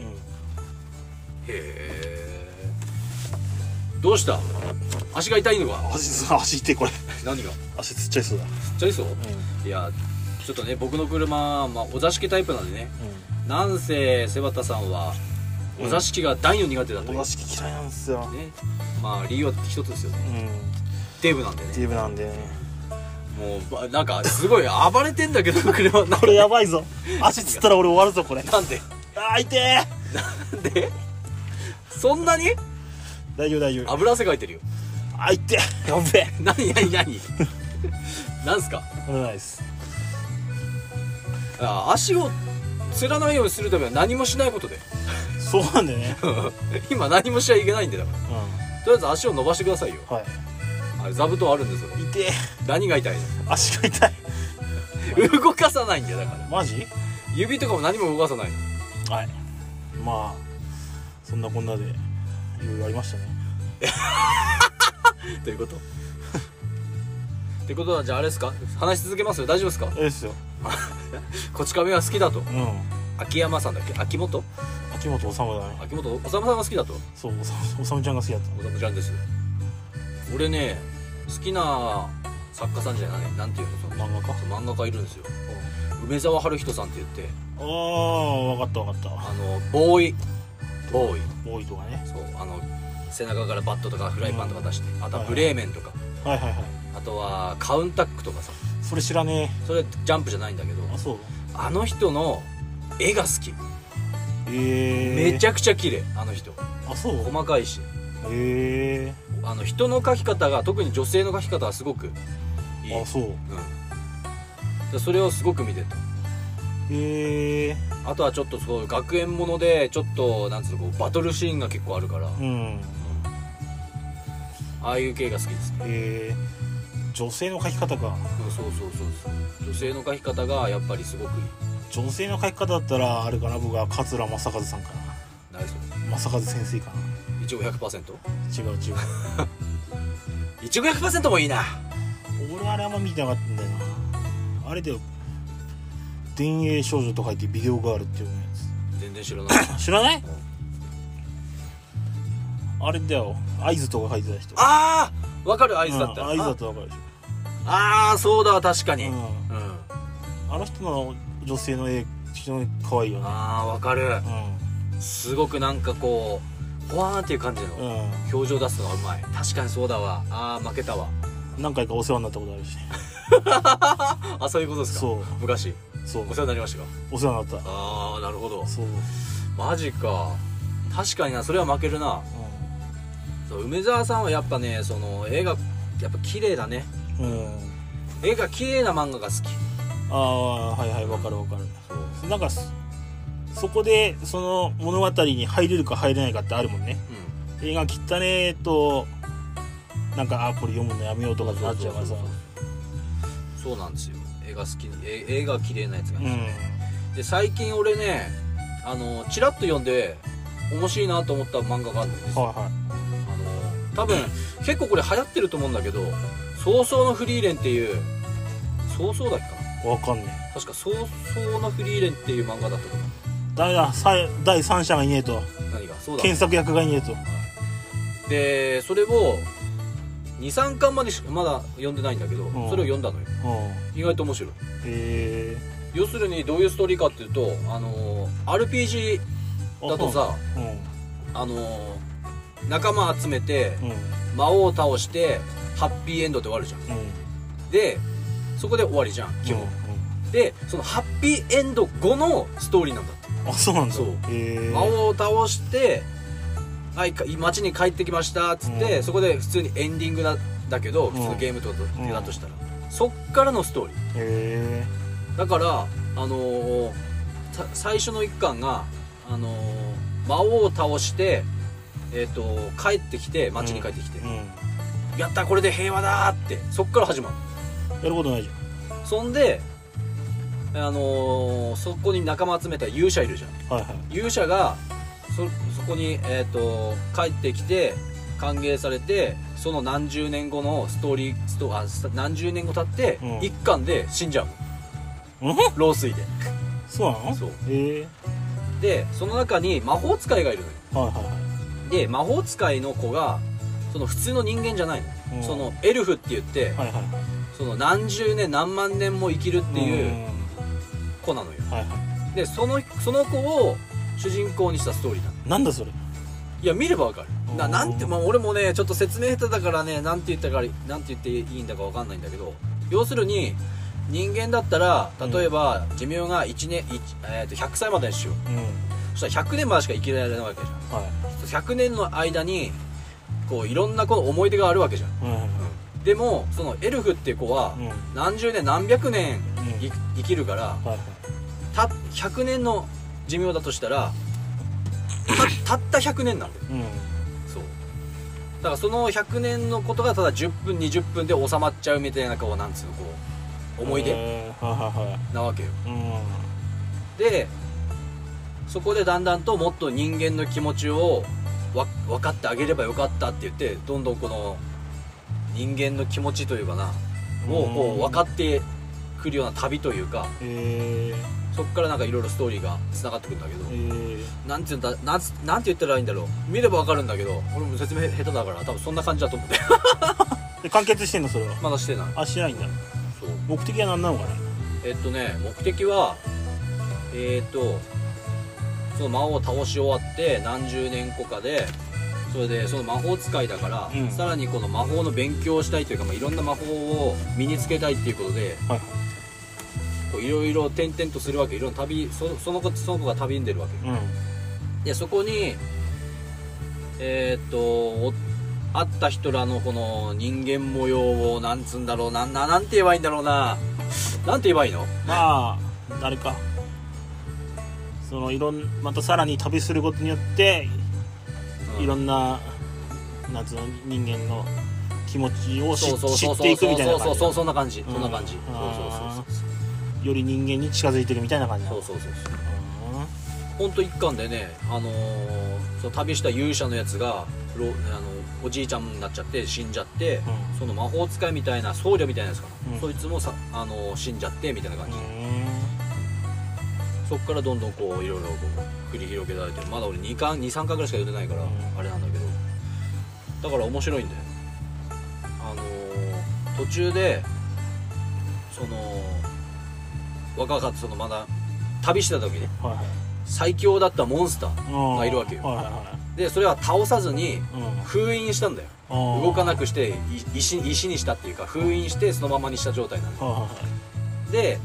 Speaker 2: えどうした足が痛いの
Speaker 1: ん、
Speaker 2: か
Speaker 1: 足つ足痛いこれ
Speaker 2: 何が
Speaker 1: 足つっちゃいそうだ、
Speaker 2: ちっちゃいそういやちょっとね僕の車、まあ、お座敷タイプなんでねなんせ瀬端さんはお座敷が大の苦手だと
Speaker 1: お
Speaker 2: いう
Speaker 1: 座敷嫌いなんですよ、
Speaker 2: ねまあ理由は一つですよね
Speaker 1: うん
Speaker 2: デブなんで
Speaker 1: デ
Speaker 2: ね
Speaker 1: ブなんでね
Speaker 2: もうばなんかすごい暴れてんだけど車な
Speaker 1: これやばい ぞ足つったら俺終わるぞこれ
Speaker 2: なんで
Speaker 1: あー痛え
Speaker 2: でそんなに
Speaker 1: 大丈夫大丈夫
Speaker 2: 油汗かいてるよ
Speaker 1: あ痛えやべえ
Speaker 2: 何何何なんすか
Speaker 1: 危ないです
Speaker 2: あ足をつらないようにするためは何もしないことで
Speaker 1: そうなんだよね
Speaker 2: 今何もしちゃいけないんでだから
Speaker 1: う
Speaker 2: とりあえず足を伸ばしてくださいよ
Speaker 1: んはい
Speaker 2: あれ座布団あるんですよ
Speaker 1: 痛え
Speaker 2: 何が痛い
Speaker 1: 足が痛い
Speaker 2: の動かさないんだよだから
Speaker 1: マジ
Speaker 2: 指とかも何も動かさないの
Speaker 1: はいまあそんなこんなでいろいろありましたね
Speaker 2: ということ ってことはじゃああれですか話し続けますよ大丈夫ですか
Speaker 1: ええですよ
Speaker 2: こち亀は好きだと
Speaker 1: うん
Speaker 2: 秋山さんだっけ秋元
Speaker 1: 秋元治だね
Speaker 2: 秋元治さんが好きだと
Speaker 1: そう治治ちゃんが好きだっ
Speaker 2: おさむちゃんです俺ね好きな作家さんじゃないなんていうのそ
Speaker 1: た
Speaker 2: の
Speaker 1: 漫画か
Speaker 2: その漫画家いるんですよ梅沢春人さんって言って
Speaker 1: ああ分かった分かっ
Speaker 2: あのボーイボーイ
Speaker 1: たボーイとかね
Speaker 2: そうあの背中からバットとかフライパンとか出して、あ
Speaker 1: はい
Speaker 2: とは
Speaker 1: はい
Speaker 2: ブレーメンとか
Speaker 1: はいはいはい
Speaker 2: あとはカウンタックとかさ
Speaker 1: それ知らね
Speaker 2: それジャンプじゃないんだけど
Speaker 1: えあそう
Speaker 2: あの人の絵が好き
Speaker 1: ええ
Speaker 2: めちゃくちゃ綺麗あの人
Speaker 1: あそう
Speaker 2: 細かいし
Speaker 1: え
Speaker 2: あの人の描き方が特に女性の描き方はすごくいい
Speaker 1: えあそう
Speaker 2: うんで、それをすごく見てた
Speaker 1: ええ
Speaker 2: あとはちょっとそういう学園ものでちょっとなんつうのこうバトルシーンが結構あるから、うん
Speaker 1: うん
Speaker 2: ああいう系が好きですね
Speaker 1: ええ女性の描き方か
Speaker 2: うんそうそうそうそう女性の描き方がやっぱりすごくいい
Speaker 1: 女性の描き方だったらあれかな僕は桂正和さんかな
Speaker 2: 何それ
Speaker 1: 正和先生かな
Speaker 2: 一応100%
Speaker 1: 違う違う
Speaker 2: いちご100%もいいな
Speaker 1: 俺あれあんま見てなかったんだよなあれだよ「電影少女」と書いて「ビデオガール」って読むや
Speaker 2: 全然知らない
Speaker 1: つ知らないあれだよ合図とか書いてた人
Speaker 2: ああわかる合図だったら、
Speaker 1: 合図だったら分かるでし
Speaker 2: ああーそうだ確かに、
Speaker 1: ょ、
Speaker 2: うん
Speaker 1: う
Speaker 2: あ
Speaker 1: ん、あの人の女性の絵非常に可愛いよね
Speaker 2: あーわかる
Speaker 1: う
Speaker 2: すごくなんかこうほわーっていう感じの
Speaker 1: ん、う
Speaker 2: 表情出すのがうまい確かにそうだわあー負けたわ
Speaker 1: ん、何回かお世話になったことあるし
Speaker 2: あそういうことですか
Speaker 1: そう
Speaker 2: 昔
Speaker 1: そう
Speaker 2: お世話になりましたか
Speaker 1: お世話になっ
Speaker 2: ああなるほど
Speaker 1: たそう、うん、
Speaker 2: マジか確かになそれは負けるなそう梅沢さんはやっぱねその絵がやっぱ綺麗だね
Speaker 1: うん、
Speaker 2: 絵が綺麗な漫画が好き
Speaker 1: ああはいはい分かる分かるなんかそそこでその物語に入れるか入れないかってあるもんね
Speaker 2: う
Speaker 1: 映画汚ねえとなんかあこれ読むのやめようとかってなっちゃうからさ
Speaker 2: そうなんですよ絵が好き絵絵が綺麗なやつが、
Speaker 1: う
Speaker 2: ね
Speaker 1: ん
Speaker 2: で最近俺ねあのチラッと読んで面白いなと思った漫画があるんですよ
Speaker 1: は
Speaker 2: あの多分結構これ流行ってると思うんだけど「早々のフリーレン」っていう「早々だっけかない
Speaker 1: はい分かんね
Speaker 2: 確か「早々のフリーレン」っていう漫画だったと思
Speaker 1: えダメださい第三者がいねえと
Speaker 2: う何がそうだ
Speaker 1: 検索役がいねえと
Speaker 2: でそれを23巻までしかまだ読んでないんだけど、
Speaker 1: ん
Speaker 2: それを読んだのよ
Speaker 1: うん
Speaker 2: 意外と面白い
Speaker 1: え
Speaker 2: 要するにどういうストーリーかっていうと、あのー RPG
Speaker 1: ー、
Speaker 2: だとさ、
Speaker 1: うん
Speaker 2: あのー仲間集めて
Speaker 1: うんうん
Speaker 2: 魔王を倒してハッピーエンドで終わるじゃんでそこで終わりじゃん基
Speaker 1: うん
Speaker 2: 本、でそのハッピーエンド後のストーリーなんだって、
Speaker 1: あそうなんだ
Speaker 2: そう
Speaker 1: え
Speaker 2: 魔
Speaker 1: ー、
Speaker 2: 王を倒して「はいか街に帰ってきました」っつって、
Speaker 1: うん
Speaker 2: そこで普通にエンディングだだけど普通のゲームとか
Speaker 1: ん
Speaker 2: だとしたら、そっからのストーリー
Speaker 1: え
Speaker 2: だからあのーさ最初の一巻が、あのー魔王を倒して、えー、と帰ってきて街に帰ってきて、
Speaker 1: ー、うん
Speaker 2: やったこれで平和だーってそっから始まる
Speaker 1: やることないじゃ
Speaker 2: そんで、あのーそこに仲間集めた勇者いるじゃん
Speaker 1: んはいはい
Speaker 2: 勇者がそそこに、えー、と帰ってきて歓迎されてその何十年後のストーリーストあス何十年後経って、
Speaker 1: うん
Speaker 2: 一巻で死んじゃう
Speaker 1: うん
Speaker 2: 老衰で
Speaker 1: そうなの
Speaker 2: そう
Speaker 1: ええ
Speaker 2: でその中に魔法使いがいるのよ
Speaker 1: ー、はいは
Speaker 2: で魔法使いの子がその普通の人間じゃないの、
Speaker 1: うん
Speaker 2: そのエルフって言って、
Speaker 1: いはいはいはい
Speaker 2: その何十年何万年も生きるっていう
Speaker 1: うん
Speaker 2: 子なのよ
Speaker 1: はいはい
Speaker 2: でそのその子を主人公にしたストーリーなの
Speaker 1: なんだそれ
Speaker 2: いや見ればわかるな
Speaker 1: おー
Speaker 2: なんて、まあ、俺もねちょっと説明下手だからねなんて言ったかなんて言っていいんだかわかんないんだけど要するに人間だったら例えば寿命が1年、一えー、と100歳までにしよう
Speaker 1: うん
Speaker 2: そしたら100年までしか生きられないわけじゃん
Speaker 1: は
Speaker 2: 100年の間にこういろんなこの思い出があるわけじゃん
Speaker 1: いうん
Speaker 2: でもそのエルフっていう子は
Speaker 1: うん
Speaker 2: 何十年何百年い生きるから
Speaker 1: はい
Speaker 2: た100年の寿命だとしたらたたった100年なの
Speaker 1: うん
Speaker 2: そうだからその100年のことがただ10分20分で収まっちゃうみたいなこうなんつうのこう思い出
Speaker 1: えーはいはいは
Speaker 2: なわけよ
Speaker 1: いうん
Speaker 2: でそこでだんだんともっと人間の気持ちをわ分かってあげればよかったって言ってどんどんこの人間の気持ちというかなをこ
Speaker 1: うん
Speaker 2: う分かってくるような旅というか
Speaker 1: えー
Speaker 2: そこからなんかいろいろストーリーがつながってくるんだけど
Speaker 1: えー
Speaker 2: なんて言うんだなんつなんて言ったらいいんだろう見れば分かるんだけど俺も説明下手だから多分そんな感じだと思って
Speaker 1: で完結してんのそれは
Speaker 2: まだしてない
Speaker 1: あしないんだ
Speaker 2: そう
Speaker 1: 目的は何なのかね
Speaker 2: えっとね目的はえっとその魔王を倒し終わって何十年後かでそれでその魔法使いだから、
Speaker 1: うん
Speaker 2: さらにこの魔法の勉強をしたいというか、まあ、いろんな魔法を身につけたいっていうことで
Speaker 1: はい
Speaker 2: こういろいろ転々とするわけいろんな旅そその子その子が旅に出るわけ
Speaker 1: うん
Speaker 2: でそこにえーっとお会った人らのこの人間模様をなんつうんだろうなんななんて言えばいいんだろうななんて言えばいいの
Speaker 1: まあ誰かそのいろんまたさらに旅することによっていろんななんつうの人間の気持ちを知知っていくみたいな
Speaker 2: そ
Speaker 1: 感
Speaker 2: う
Speaker 1: じ
Speaker 2: そうそんな感じそんな感じ
Speaker 1: う
Speaker 2: そ
Speaker 1: ん
Speaker 2: うそうそう
Speaker 1: より人間に近づいてるみたいな感じな
Speaker 2: そ
Speaker 1: の
Speaker 2: うそうそうそう本当一巻でねあのーその旅した勇者のやつがろあのおじいちゃんになっちゃって死んじゃって
Speaker 1: うん
Speaker 2: その魔法使いみたいな僧侶みたいなやつかな、
Speaker 1: うん
Speaker 2: そいつもさ、あのー死んじゃってみたいな感じ、
Speaker 1: う
Speaker 2: そっからどんどんこういろいろこう繰り広げられてるまだ俺2巻23巻ぐらいしか読んでないから、
Speaker 1: うん
Speaker 2: あれなんだけどだから面白いんだよあのー途中でその若かったそのまだ旅してた時ね
Speaker 1: んはいはい
Speaker 2: 最強だったモンスター
Speaker 1: うん
Speaker 2: がいるわけよ
Speaker 1: はいはいは
Speaker 2: でそれは倒さずに
Speaker 1: いうん
Speaker 2: 封印したんだよ
Speaker 1: あー
Speaker 2: 動かなくしてい石石にしたっていうか封印してそのままにした状態なんだよ
Speaker 1: はいは
Speaker 2: で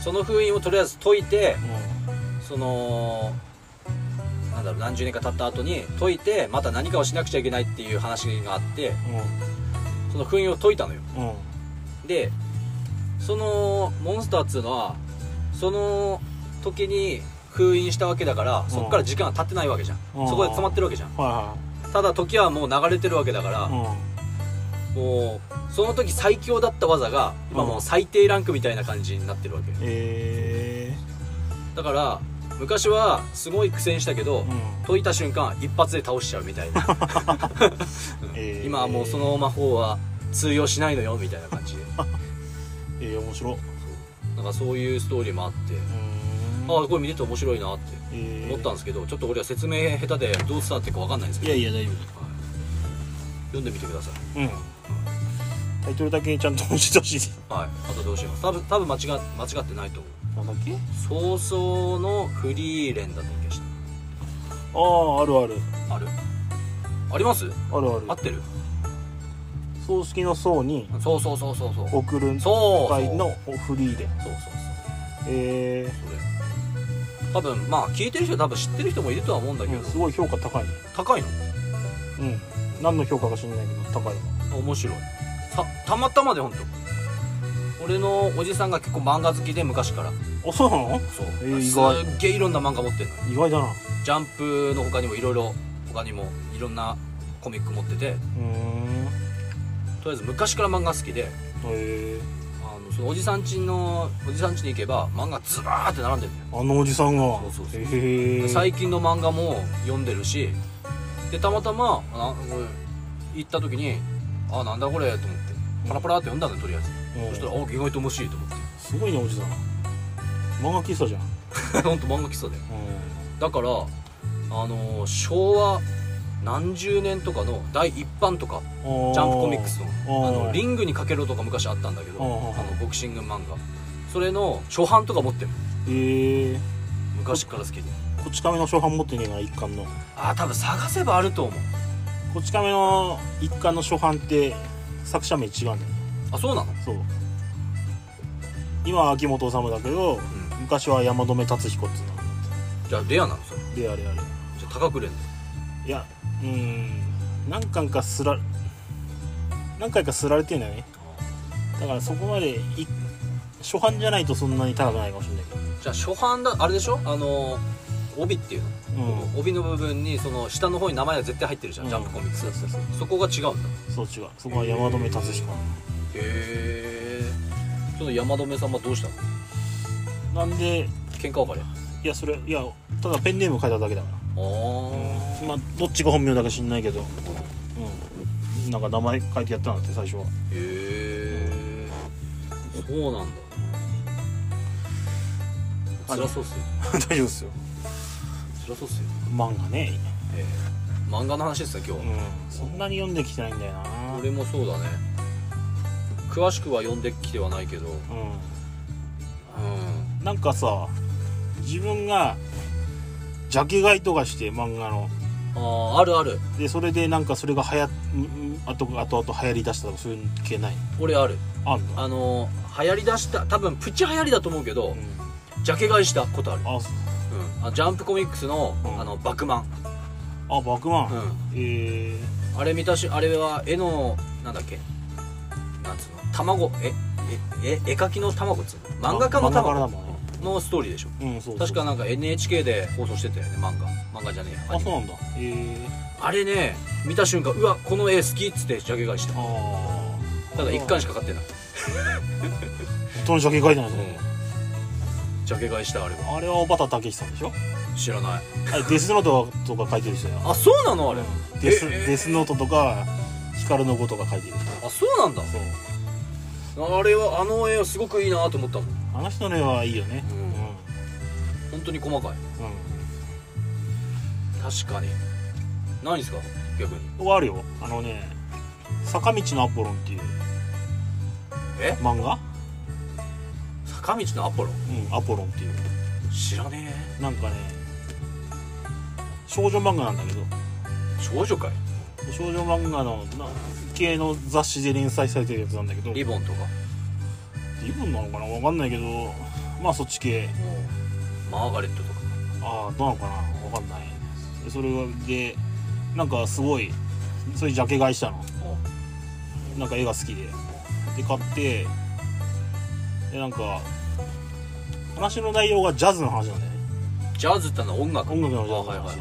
Speaker 2: その封印をとりあえず解いて
Speaker 1: いはい
Speaker 2: そのなんだろう何十年か経った後に解いてまた何かをしなくちゃいけないっていう話があってその封印を解いたのよ
Speaker 1: うんうんうん
Speaker 2: でそのモンスターっつうのはその時に封印したわけだからそこから時間が経ってないわけじゃん
Speaker 1: うん
Speaker 2: そこで詰まってるわけじゃん
Speaker 1: は
Speaker 2: ただ時はもう流れてるわけだか
Speaker 1: い
Speaker 2: ら
Speaker 1: はい
Speaker 2: もうその時最強だった技が今もう最低ランクみたいな感じになってるわけ
Speaker 1: うんえ
Speaker 2: だから昔はすごい苦戦したけど、
Speaker 1: ーうん
Speaker 2: 解いた瞬間一発で倒しちゃうみたいな
Speaker 1: えー
Speaker 2: 今はもうその魔法は通用しないのよみたいな感じで
Speaker 1: えー面白
Speaker 2: なんかそういうストーリーもあって
Speaker 1: うん
Speaker 2: ああこれ見てて面白いなって
Speaker 1: えー
Speaker 2: 思ったんですけどちょっと俺は説明下手でどう伝わってるか分かんないんですけ
Speaker 1: い
Speaker 2: ど
Speaker 1: やいや大丈
Speaker 2: はい読んでみてください
Speaker 1: 夫うんタイトルだけちゃんと教えてほしいです
Speaker 2: はいあとどうしよう多分多分間違間違ってないと
Speaker 1: なんだっけ
Speaker 2: 思う早々のフリーレンだと思いまし
Speaker 1: あああるある
Speaker 2: たあるあります
Speaker 1: あるある
Speaker 2: 合ってる
Speaker 1: 葬式の葬に
Speaker 2: そうそうそうそうそうそう
Speaker 1: 送る
Speaker 2: そう
Speaker 1: 会のフリーで
Speaker 2: そうそうそう
Speaker 1: え
Speaker 2: それ多分まあ聞いてる人多分知ってる人もいるとは思うんだ
Speaker 1: ー
Speaker 2: けど、
Speaker 1: うんすごい評価高いね
Speaker 2: 高いの
Speaker 1: うん何の評価か知んないけど高い
Speaker 2: 面白いたたまたまで本当俺のおじさんが結構漫画好きで昔から
Speaker 1: あそうなの
Speaker 2: そう、
Speaker 1: えー意
Speaker 2: す
Speaker 1: 外
Speaker 2: っげえいろんな漫画持ってるのよ
Speaker 1: 意外だなう
Speaker 2: ジャンプの他にもいろいろ他にもいろんなコミック持ってて
Speaker 1: ーん
Speaker 2: とりあえず昔から漫画好きで
Speaker 1: え
Speaker 2: あのそのおじさんちのおじさんちに行けば漫画ズバーって並んでるんだ
Speaker 1: ー、
Speaker 2: よ
Speaker 1: あのおじさんが
Speaker 2: そうそうそう
Speaker 1: え
Speaker 2: で
Speaker 1: ー、
Speaker 2: 最近の漫画も読んでるしでたまたまあこれ行った時にあなんだこれと思ってパラパラって読んだのよとりあえず、
Speaker 1: うん
Speaker 2: そしたらあ意外と面白いと思って
Speaker 1: すごいねおじさん漫画喫茶じゃん
Speaker 2: ほんと漫画基礎で
Speaker 1: う
Speaker 2: だからあのー昭和何十年とかの第一版とか
Speaker 1: ん
Speaker 2: ジャンプコミックスの
Speaker 1: あー
Speaker 2: あのリングにかけろとか昔あったんだけどあ
Speaker 1: あー
Speaker 2: のボクシング漫画それの初版とか持ってる
Speaker 1: えー、
Speaker 2: 昔から好きで
Speaker 1: こち亀の初版持ってねえかな一巻の
Speaker 2: あ多分探せばあると思う
Speaker 1: こち亀の一巻の初版って作者名違うんだよ
Speaker 2: あそうなの
Speaker 1: そう今は秋元治だけど、昔は山留達彦っていうのが
Speaker 2: じゃあレアなのそれ
Speaker 1: であれあれ
Speaker 2: じゃあ高くれんの
Speaker 1: いやうーん何巻かすら何回かすられてんだよねだからそこまでい初版じゃないとそんなに高くないかもしれないけ
Speaker 2: じゃあ初版だあれでしょあのー帯っていうの
Speaker 1: どうん
Speaker 2: 帯の部分にその下の方に名前が絶対入ってるじゃん、
Speaker 1: うん
Speaker 2: ジャンプコミックス
Speaker 1: そうそうそう
Speaker 2: そこが違うんだ
Speaker 1: そう違うそこは山留達彦
Speaker 2: へえその山留さんはどうしたの
Speaker 1: なんで
Speaker 2: 喧嘩別れあ
Speaker 1: いやそれいやただペンネーム書いただけだか
Speaker 2: あー
Speaker 1: らまあどっちが本名だか知んないけどうんなんか名前書いてやったんだって最初は
Speaker 2: へえそうなんだ
Speaker 1: あ
Speaker 2: 辛そうっすよ
Speaker 1: 大丈夫ですよ
Speaker 2: 辛そうっすよ
Speaker 1: 漫画ね
Speaker 2: ええ漫画の話ですね今
Speaker 1: う
Speaker 2: 日、
Speaker 1: んそんなに読んできてないんだよな
Speaker 2: 俺もそうだね詳しくは読んできてはないけどうん
Speaker 1: うんなんかさ自分がジャケ買いとかして漫画の
Speaker 2: あああるある
Speaker 1: でそれでなんかそれがはやあとあとあと流行りだしたとかそういう系ない
Speaker 2: 俺ある
Speaker 1: あんの
Speaker 2: あのー流行りだした多分プチ流行りだと思うけど、
Speaker 1: うん
Speaker 2: ジャケ買いしたことある、
Speaker 1: あそ
Speaker 2: うん、あジャンプコミックスの「
Speaker 1: うん
Speaker 2: あのバクマン
Speaker 1: あバクマ」ン、
Speaker 2: うん、
Speaker 1: え
Speaker 2: あれ見たしあれは絵のなんだっけなんつうの卵えええ絵描きの卵っつう
Speaker 1: ー、
Speaker 2: の漫画家の
Speaker 1: 漫画家
Speaker 2: 卵
Speaker 1: だもんね
Speaker 2: のストーリーでしょ
Speaker 1: うんそうそう
Speaker 2: 確かなんか NHK で放送してたよね漫画漫画じゃねえやア
Speaker 1: あ
Speaker 2: ニ
Speaker 1: そう
Speaker 2: メ
Speaker 1: なんだえー、
Speaker 2: あれね見た瞬間うわこの絵好きっつってジャケ買いした
Speaker 1: ああ
Speaker 2: ただ1巻しか買ってない、
Speaker 1: 本当にジャケ買いじゃないですね
Speaker 2: うん、ジャケ買いしたあれは
Speaker 1: あれは小畑武史さんでしょ
Speaker 2: 知らない
Speaker 1: あれデスノートとか書いてる人や
Speaker 2: あそうなのあれ
Speaker 1: デス,、
Speaker 2: えー
Speaker 1: デスノートとか光の子とか書いてる人
Speaker 2: あそうなんだ
Speaker 1: そう
Speaker 2: あれはあの絵はすごくいいなと思ったもん
Speaker 1: あの人の絵はいいよね
Speaker 2: うん本当に細かい
Speaker 1: うん、うん
Speaker 2: 確かにないんですか逆に
Speaker 1: はあるよあのね「坂道のアポロン」っていう
Speaker 2: え
Speaker 1: 漫画、
Speaker 2: 坂道のアポロ
Speaker 1: うん、アポロンっていう
Speaker 2: 知らねえ
Speaker 1: なんかね少女漫画なんだけど
Speaker 2: 少女かい
Speaker 1: 少女漫画のな系の雑誌で連載されてるやつなんだけど
Speaker 2: リ
Speaker 1: リ
Speaker 2: ボンとか
Speaker 1: ボンなのかなわかんないけどまあそっち系
Speaker 2: もうマーガレットとか
Speaker 1: ああどうなのかなわかんないそれでなんかすごいそういうジャケ買いしたのなんか絵が好きでで買ってでなんか話の内容がジャズの話なんだよね
Speaker 2: ジャズってのは音楽
Speaker 1: 音楽のジャズ
Speaker 2: あ
Speaker 1: の話、
Speaker 2: はいはい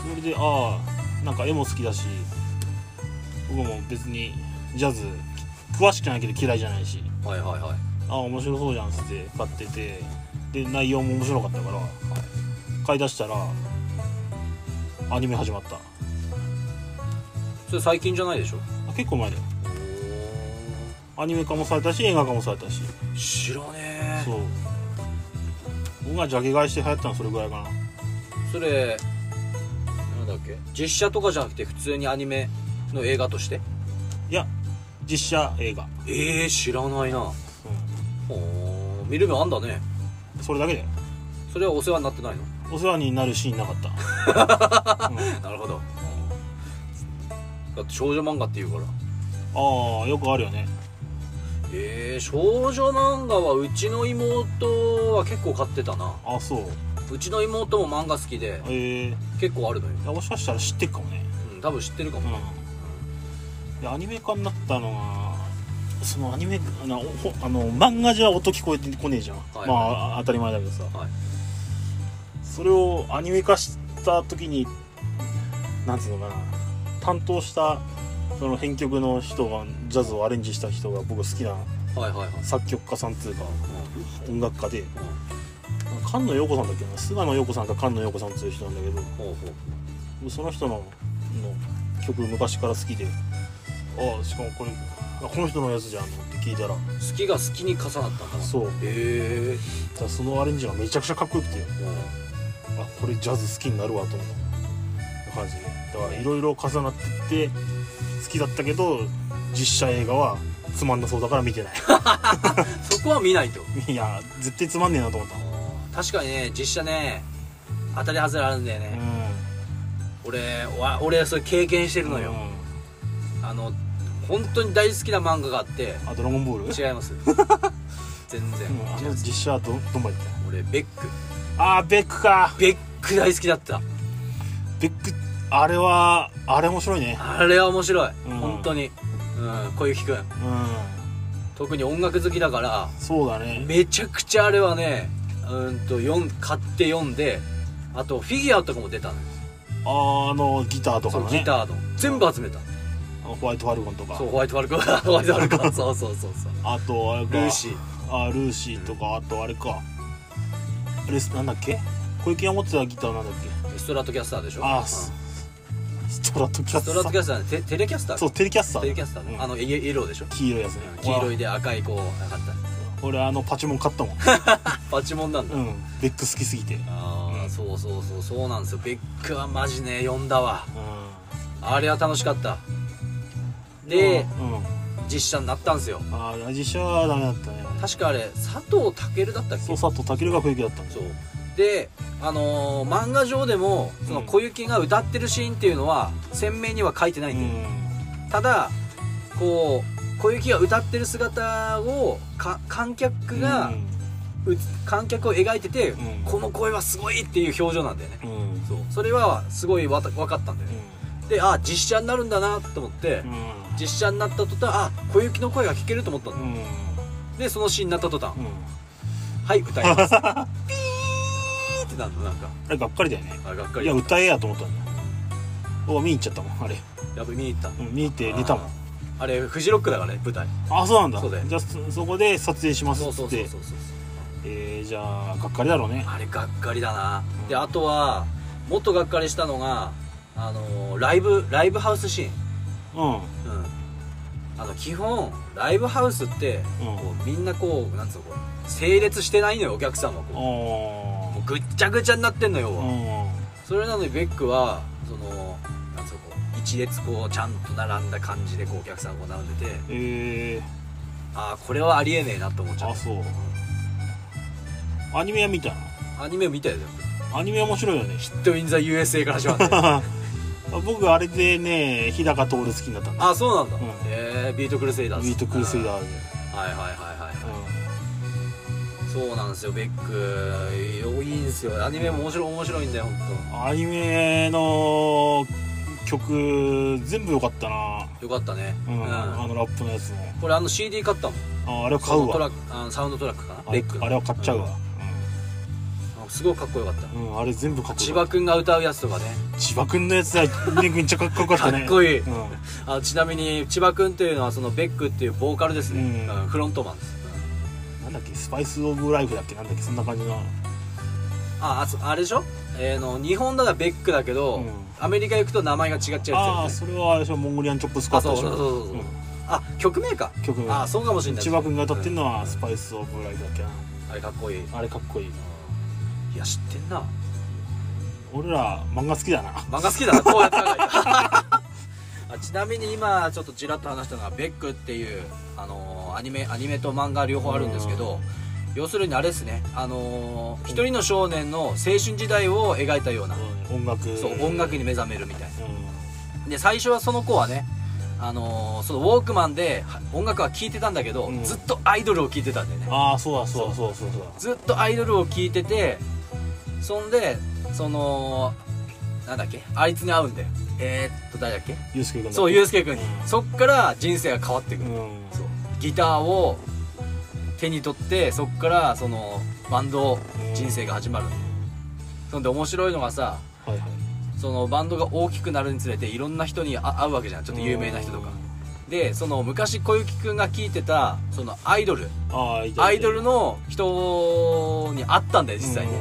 Speaker 1: それでああなんか絵も好きだし僕も別にジャズ詳しくないけど嫌いじゃないし
Speaker 2: はいはいはい
Speaker 1: ああ面白そうじゃんっつって買っててで内容も面白かったから買い出したらアニメ始まった
Speaker 2: それ最近じゃないでしょ
Speaker 1: あ結構前だよアニメ化もされたし映画化もされたし
Speaker 2: 知らねえ
Speaker 1: そう僕がジャケ買いして流行ったのはそれぐらいかな
Speaker 2: それなんだっけ実写とかじゃなくて普通にアニメの映画として
Speaker 1: いや実写映画、
Speaker 2: ええ知らないなほ
Speaker 1: う
Speaker 2: ー見る目あんだね
Speaker 1: ん、それだけだよ
Speaker 2: それはお世話になってないの
Speaker 1: お世話になるシーンなかった、うん
Speaker 2: なるほどだって少女漫画って言うから
Speaker 1: ああよくあるよね
Speaker 2: えー、少女漫画はうちの妹は結構買ってたな
Speaker 1: あそう
Speaker 2: うちの妹も漫画好きで
Speaker 1: ええい
Speaker 2: 結構あるのよ、
Speaker 1: やもしかしたら知ってっかもね
Speaker 2: うん、多分知ってるかも、
Speaker 1: うんでアニメ化になったのがそのアニメあのほあの漫画じゃ音聞こえてこねえじゃん、
Speaker 2: はい
Speaker 1: まああ当たり前だけどさ、
Speaker 2: はい
Speaker 1: それをアニメ化した時になんつうのかな担当したその編曲の人がジャズをアレンジした人が僕好きな
Speaker 2: はいはいはい、
Speaker 1: 作曲家さんっていうか音楽家で
Speaker 2: うんうん
Speaker 1: 菅野陽子さんだっけな菅野陽子さんか菅野陽子さんっていう人なんだけど
Speaker 2: ほうほ
Speaker 1: その人のの曲昔から好きでああしかもこれあこの人のやつじゃんと思って聞いたら
Speaker 2: う好きが好きに重なったんだな
Speaker 1: そう
Speaker 2: へえ
Speaker 1: だからそのアレンジがめちゃくちゃかっこよくてあこれジャズ好きになるわと思った感じでだからいろいろ重なってって好きだったけど実写映画はつまんなそうだから見てない
Speaker 2: そこは見ないと
Speaker 1: いや絶対つまんねえなと思った
Speaker 2: あ確かにね実写ね当たり外れあるんだよね、俺わ俺それ経験してるのよ、あの本当に大好きな漫画があって
Speaker 1: あドラゴンボール
Speaker 2: 違い ます全然
Speaker 1: うんあ
Speaker 2: 違い
Speaker 1: の
Speaker 2: ます
Speaker 1: 実写はどどんまで行っ
Speaker 2: 俺ベック
Speaker 1: たあーベックか
Speaker 2: ベック大好きだった
Speaker 1: ベックあれはあれ面白いね
Speaker 2: あれは面白い、
Speaker 1: うん
Speaker 2: 本当に、うん、小雪くん
Speaker 1: うん
Speaker 2: 特に音楽好きだから
Speaker 1: そうだね
Speaker 2: めちゃくちゃあれはねうんと読ん買って読んであとフィギュアとかも出たのよ
Speaker 1: ああのギターとか
Speaker 2: そ
Speaker 1: の
Speaker 2: う
Speaker 1: ね
Speaker 2: ギターの全部集めた
Speaker 1: あのホワイトファルコンとか
Speaker 2: そうホワイトファルコン ホワイトファルコンそうそうそうそう
Speaker 1: あとあれか
Speaker 2: ルーシー
Speaker 1: あルーシーとかあとあれかあれなんだっけ小池が持ってたギターなんだっけ
Speaker 2: ストラトキャスターでしょ
Speaker 1: あ
Speaker 2: う
Speaker 1: ー
Speaker 2: ん
Speaker 1: ス
Speaker 2: ス
Speaker 1: ストラトキャスタ
Speaker 2: ト
Speaker 1: ー
Speaker 2: ラトキャスターねテテレキャスター
Speaker 1: そうテレキャスター
Speaker 2: テレキャスターね、
Speaker 1: うん
Speaker 2: あのイエイエローでしょ
Speaker 1: 黄色いやつね
Speaker 2: 黄色いで赤いこうなかった
Speaker 1: 俺あのパチモン買 ったもん
Speaker 2: パチモンなんだ、
Speaker 1: うんベック好きすぎてうん
Speaker 2: ああ、
Speaker 1: うん
Speaker 2: そうそうそうそうなんですよベックはマジね読んだわあれは楽しかったで
Speaker 1: うんうん
Speaker 2: 実写になったんですよ
Speaker 1: ああ実写はダメだったね
Speaker 2: 確かあれ佐藤健だったっけ
Speaker 1: そう佐藤健が小池だったんだ
Speaker 2: そうであのー漫画上でもその
Speaker 1: うん
Speaker 2: 小雪が歌ってるシーンっていうのは鮮明には書いてな
Speaker 1: う
Speaker 2: いんだよ、
Speaker 1: ん
Speaker 2: ただこう小雪が歌ってる姿をか観客が、う観客を描いてて、
Speaker 1: うん
Speaker 2: この声はすごいっていう表情なんだよね
Speaker 1: うんうん
Speaker 2: そうそれはすごいわた分かったんだよね、であ実写になるんだなと思って、
Speaker 1: うん
Speaker 2: 実写になった途端あ小雪の声が聞けると思ったんだ
Speaker 1: う、ん
Speaker 2: でそのシーンになった途端、
Speaker 1: うん
Speaker 2: はい歌い ますピーってなるのなんか
Speaker 1: あれがっかりだよね
Speaker 2: あがっか
Speaker 1: い
Speaker 2: り
Speaker 1: や
Speaker 2: や
Speaker 1: 歌えやと思ったんだよ見に行っちゃったもんあれ
Speaker 2: っぱ見に行った
Speaker 1: うん見に行って寝たもん
Speaker 2: あれフジロックだからね舞台
Speaker 1: あそうなんだ
Speaker 2: そうだよ
Speaker 1: じゃあそそこで撮影します
Speaker 2: そう
Speaker 1: っつ
Speaker 2: そう
Speaker 1: っ
Speaker 2: そう
Speaker 1: て
Speaker 2: そう
Speaker 1: えーじゃあがっかりだろうね
Speaker 2: あれがっかりだな、
Speaker 1: うん
Speaker 2: であとはもっとがっかりしたのがあのーライブライブハウスシーン
Speaker 1: うん
Speaker 2: うんあの基本ライブハウスって、
Speaker 1: うん
Speaker 2: こうみんなこうなんつうのこう整列してないのよお客さんはこうも
Speaker 1: あ
Speaker 2: うぐっちゃぐちゃになってんのよ、
Speaker 1: あうん
Speaker 2: それなのにベックはそのなんつうのこう一列こうちゃんと並んだ感じでこうお客さんがこう並んでて
Speaker 1: えー
Speaker 2: ああこれはありえねえなと思っちゃ
Speaker 1: あ
Speaker 2: っ
Speaker 1: そうアニメは見たの
Speaker 2: たアニメ見たよ
Speaker 1: アニメは面白いよね
Speaker 2: ヒット・イン・ザ・ USA から 始まってあ
Speaker 1: 僕あれでね日高徹好きになったんだ
Speaker 2: あそうなんだ、
Speaker 1: うん
Speaker 2: えービート・クルセイダーズ
Speaker 1: ミートクルセイダーで
Speaker 2: うんはいはいはいはい
Speaker 1: うん
Speaker 2: そうなんですよベックいいんですよアニメも面白い面白いんだよ本
Speaker 1: アニメの曲全部良かったな
Speaker 2: 当。よかったね
Speaker 1: うんあのラップのやつも
Speaker 2: これあの CD 買ったもん
Speaker 1: ああれは買う
Speaker 2: サウンドト
Speaker 1: わ
Speaker 2: ラックあのサウンドトラックかな
Speaker 1: あ
Speaker 2: ベ
Speaker 1: れ
Speaker 2: ックの
Speaker 1: あれは買っちゃうわ
Speaker 2: うんすごいかっこよかった
Speaker 1: うん、うんあれ全部かっこ
Speaker 2: 千
Speaker 1: よか
Speaker 2: 葉
Speaker 1: っ
Speaker 2: くんが歌うやつとかね
Speaker 1: た千葉くんのやつは峰君めっちゃかっこよかっ
Speaker 2: か
Speaker 1: たね
Speaker 2: っこ
Speaker 1: いい
Speaker 2: いい
Speaker 1: うん
Speaker 2: あちなみに千葉くんっていうのはそのベックっていうボーカルですね、
Speaker 1: うん
Speaker 2: うんフロントマンです、うん
Speaker 1: なんだっけスパイス・オブ・ライフだっけなんだっけそんな感じの
Speaker 2: ああそあれでしょ、えーの日本だがベックだけど、
Speaker 1: うん
Speaker 2: アメリカ行くと名前が違っちゃうやつだ
Speaker 1: あ
Speaker 2: よ
Speaker 1: あ
Speaker 2: ね
Speaker 1: それはあれでしょモンゴリアン・チョップスカットでしょ
Speaker 2: あそうそうそうそうあ曲名か
Speaker 1: ん、曲名
Speaker 2: あそうかもしれない
Speaker 1: 千葉君が歌ってるの
Speaker 2: う
Speaker 1: は
Speaker 2: ん
Speaker 1: スパイス・オブ・ライフだっけな
Speaker 2: あれかっこいいうん
Speaker 1: あれかっこいい
Speaker 2: いや知ってんな
Speaker 1: 俺ら漫画好きだな
Speaker 2: 漫画好きだなこうやった らいいあちなみに今ちょっとちらっと話したのはベックっていう、あのーアニメアニメと漫画両方あるんですけど要するにあれですね、あのー一人の少年の青春時代を描いたような、
Speaker 1: 音楽
Speaker 2: そう音楽に目覚めるみたい
Speaker 1: うん
Speaker 2: なで最初はその子はね、あのーそのウォークマンでは音楽は聴いてたんだけど、
Speaker 1: うん
Speaker 2: ずっとアイドルを聴いてたんだよね
Speaker 1: ああそうだそうだそうだそうだ
Speaker 2: ずっとアイドルを聴いててそんでそのなんだっけあいつに会うんだよえー、っと誰だっけ
Speaker 1: ユースケ君だっけ
Speaker 2: そうユースケ君に、
Speaker 1: うん
Speaker 2: そっから人生が変わってく
Speaker 1: う
Speaker 2: る、
Speaker 1: ん
Speaker 2: そうギターを手に取ってそっからそのバンド人生が始まる、そんで面白いのがさ
Speaker 1: はいはい
Speaker 2: そのバンドが大きくなるにつれていろんな人にあ会うわけじゃんちょっと有名な人とかでその昔小雪君が聴いてたそのアイドル
Speaker 1: ああいたいた
Speaker 2: アイドルの人に会ったんだよ実際に、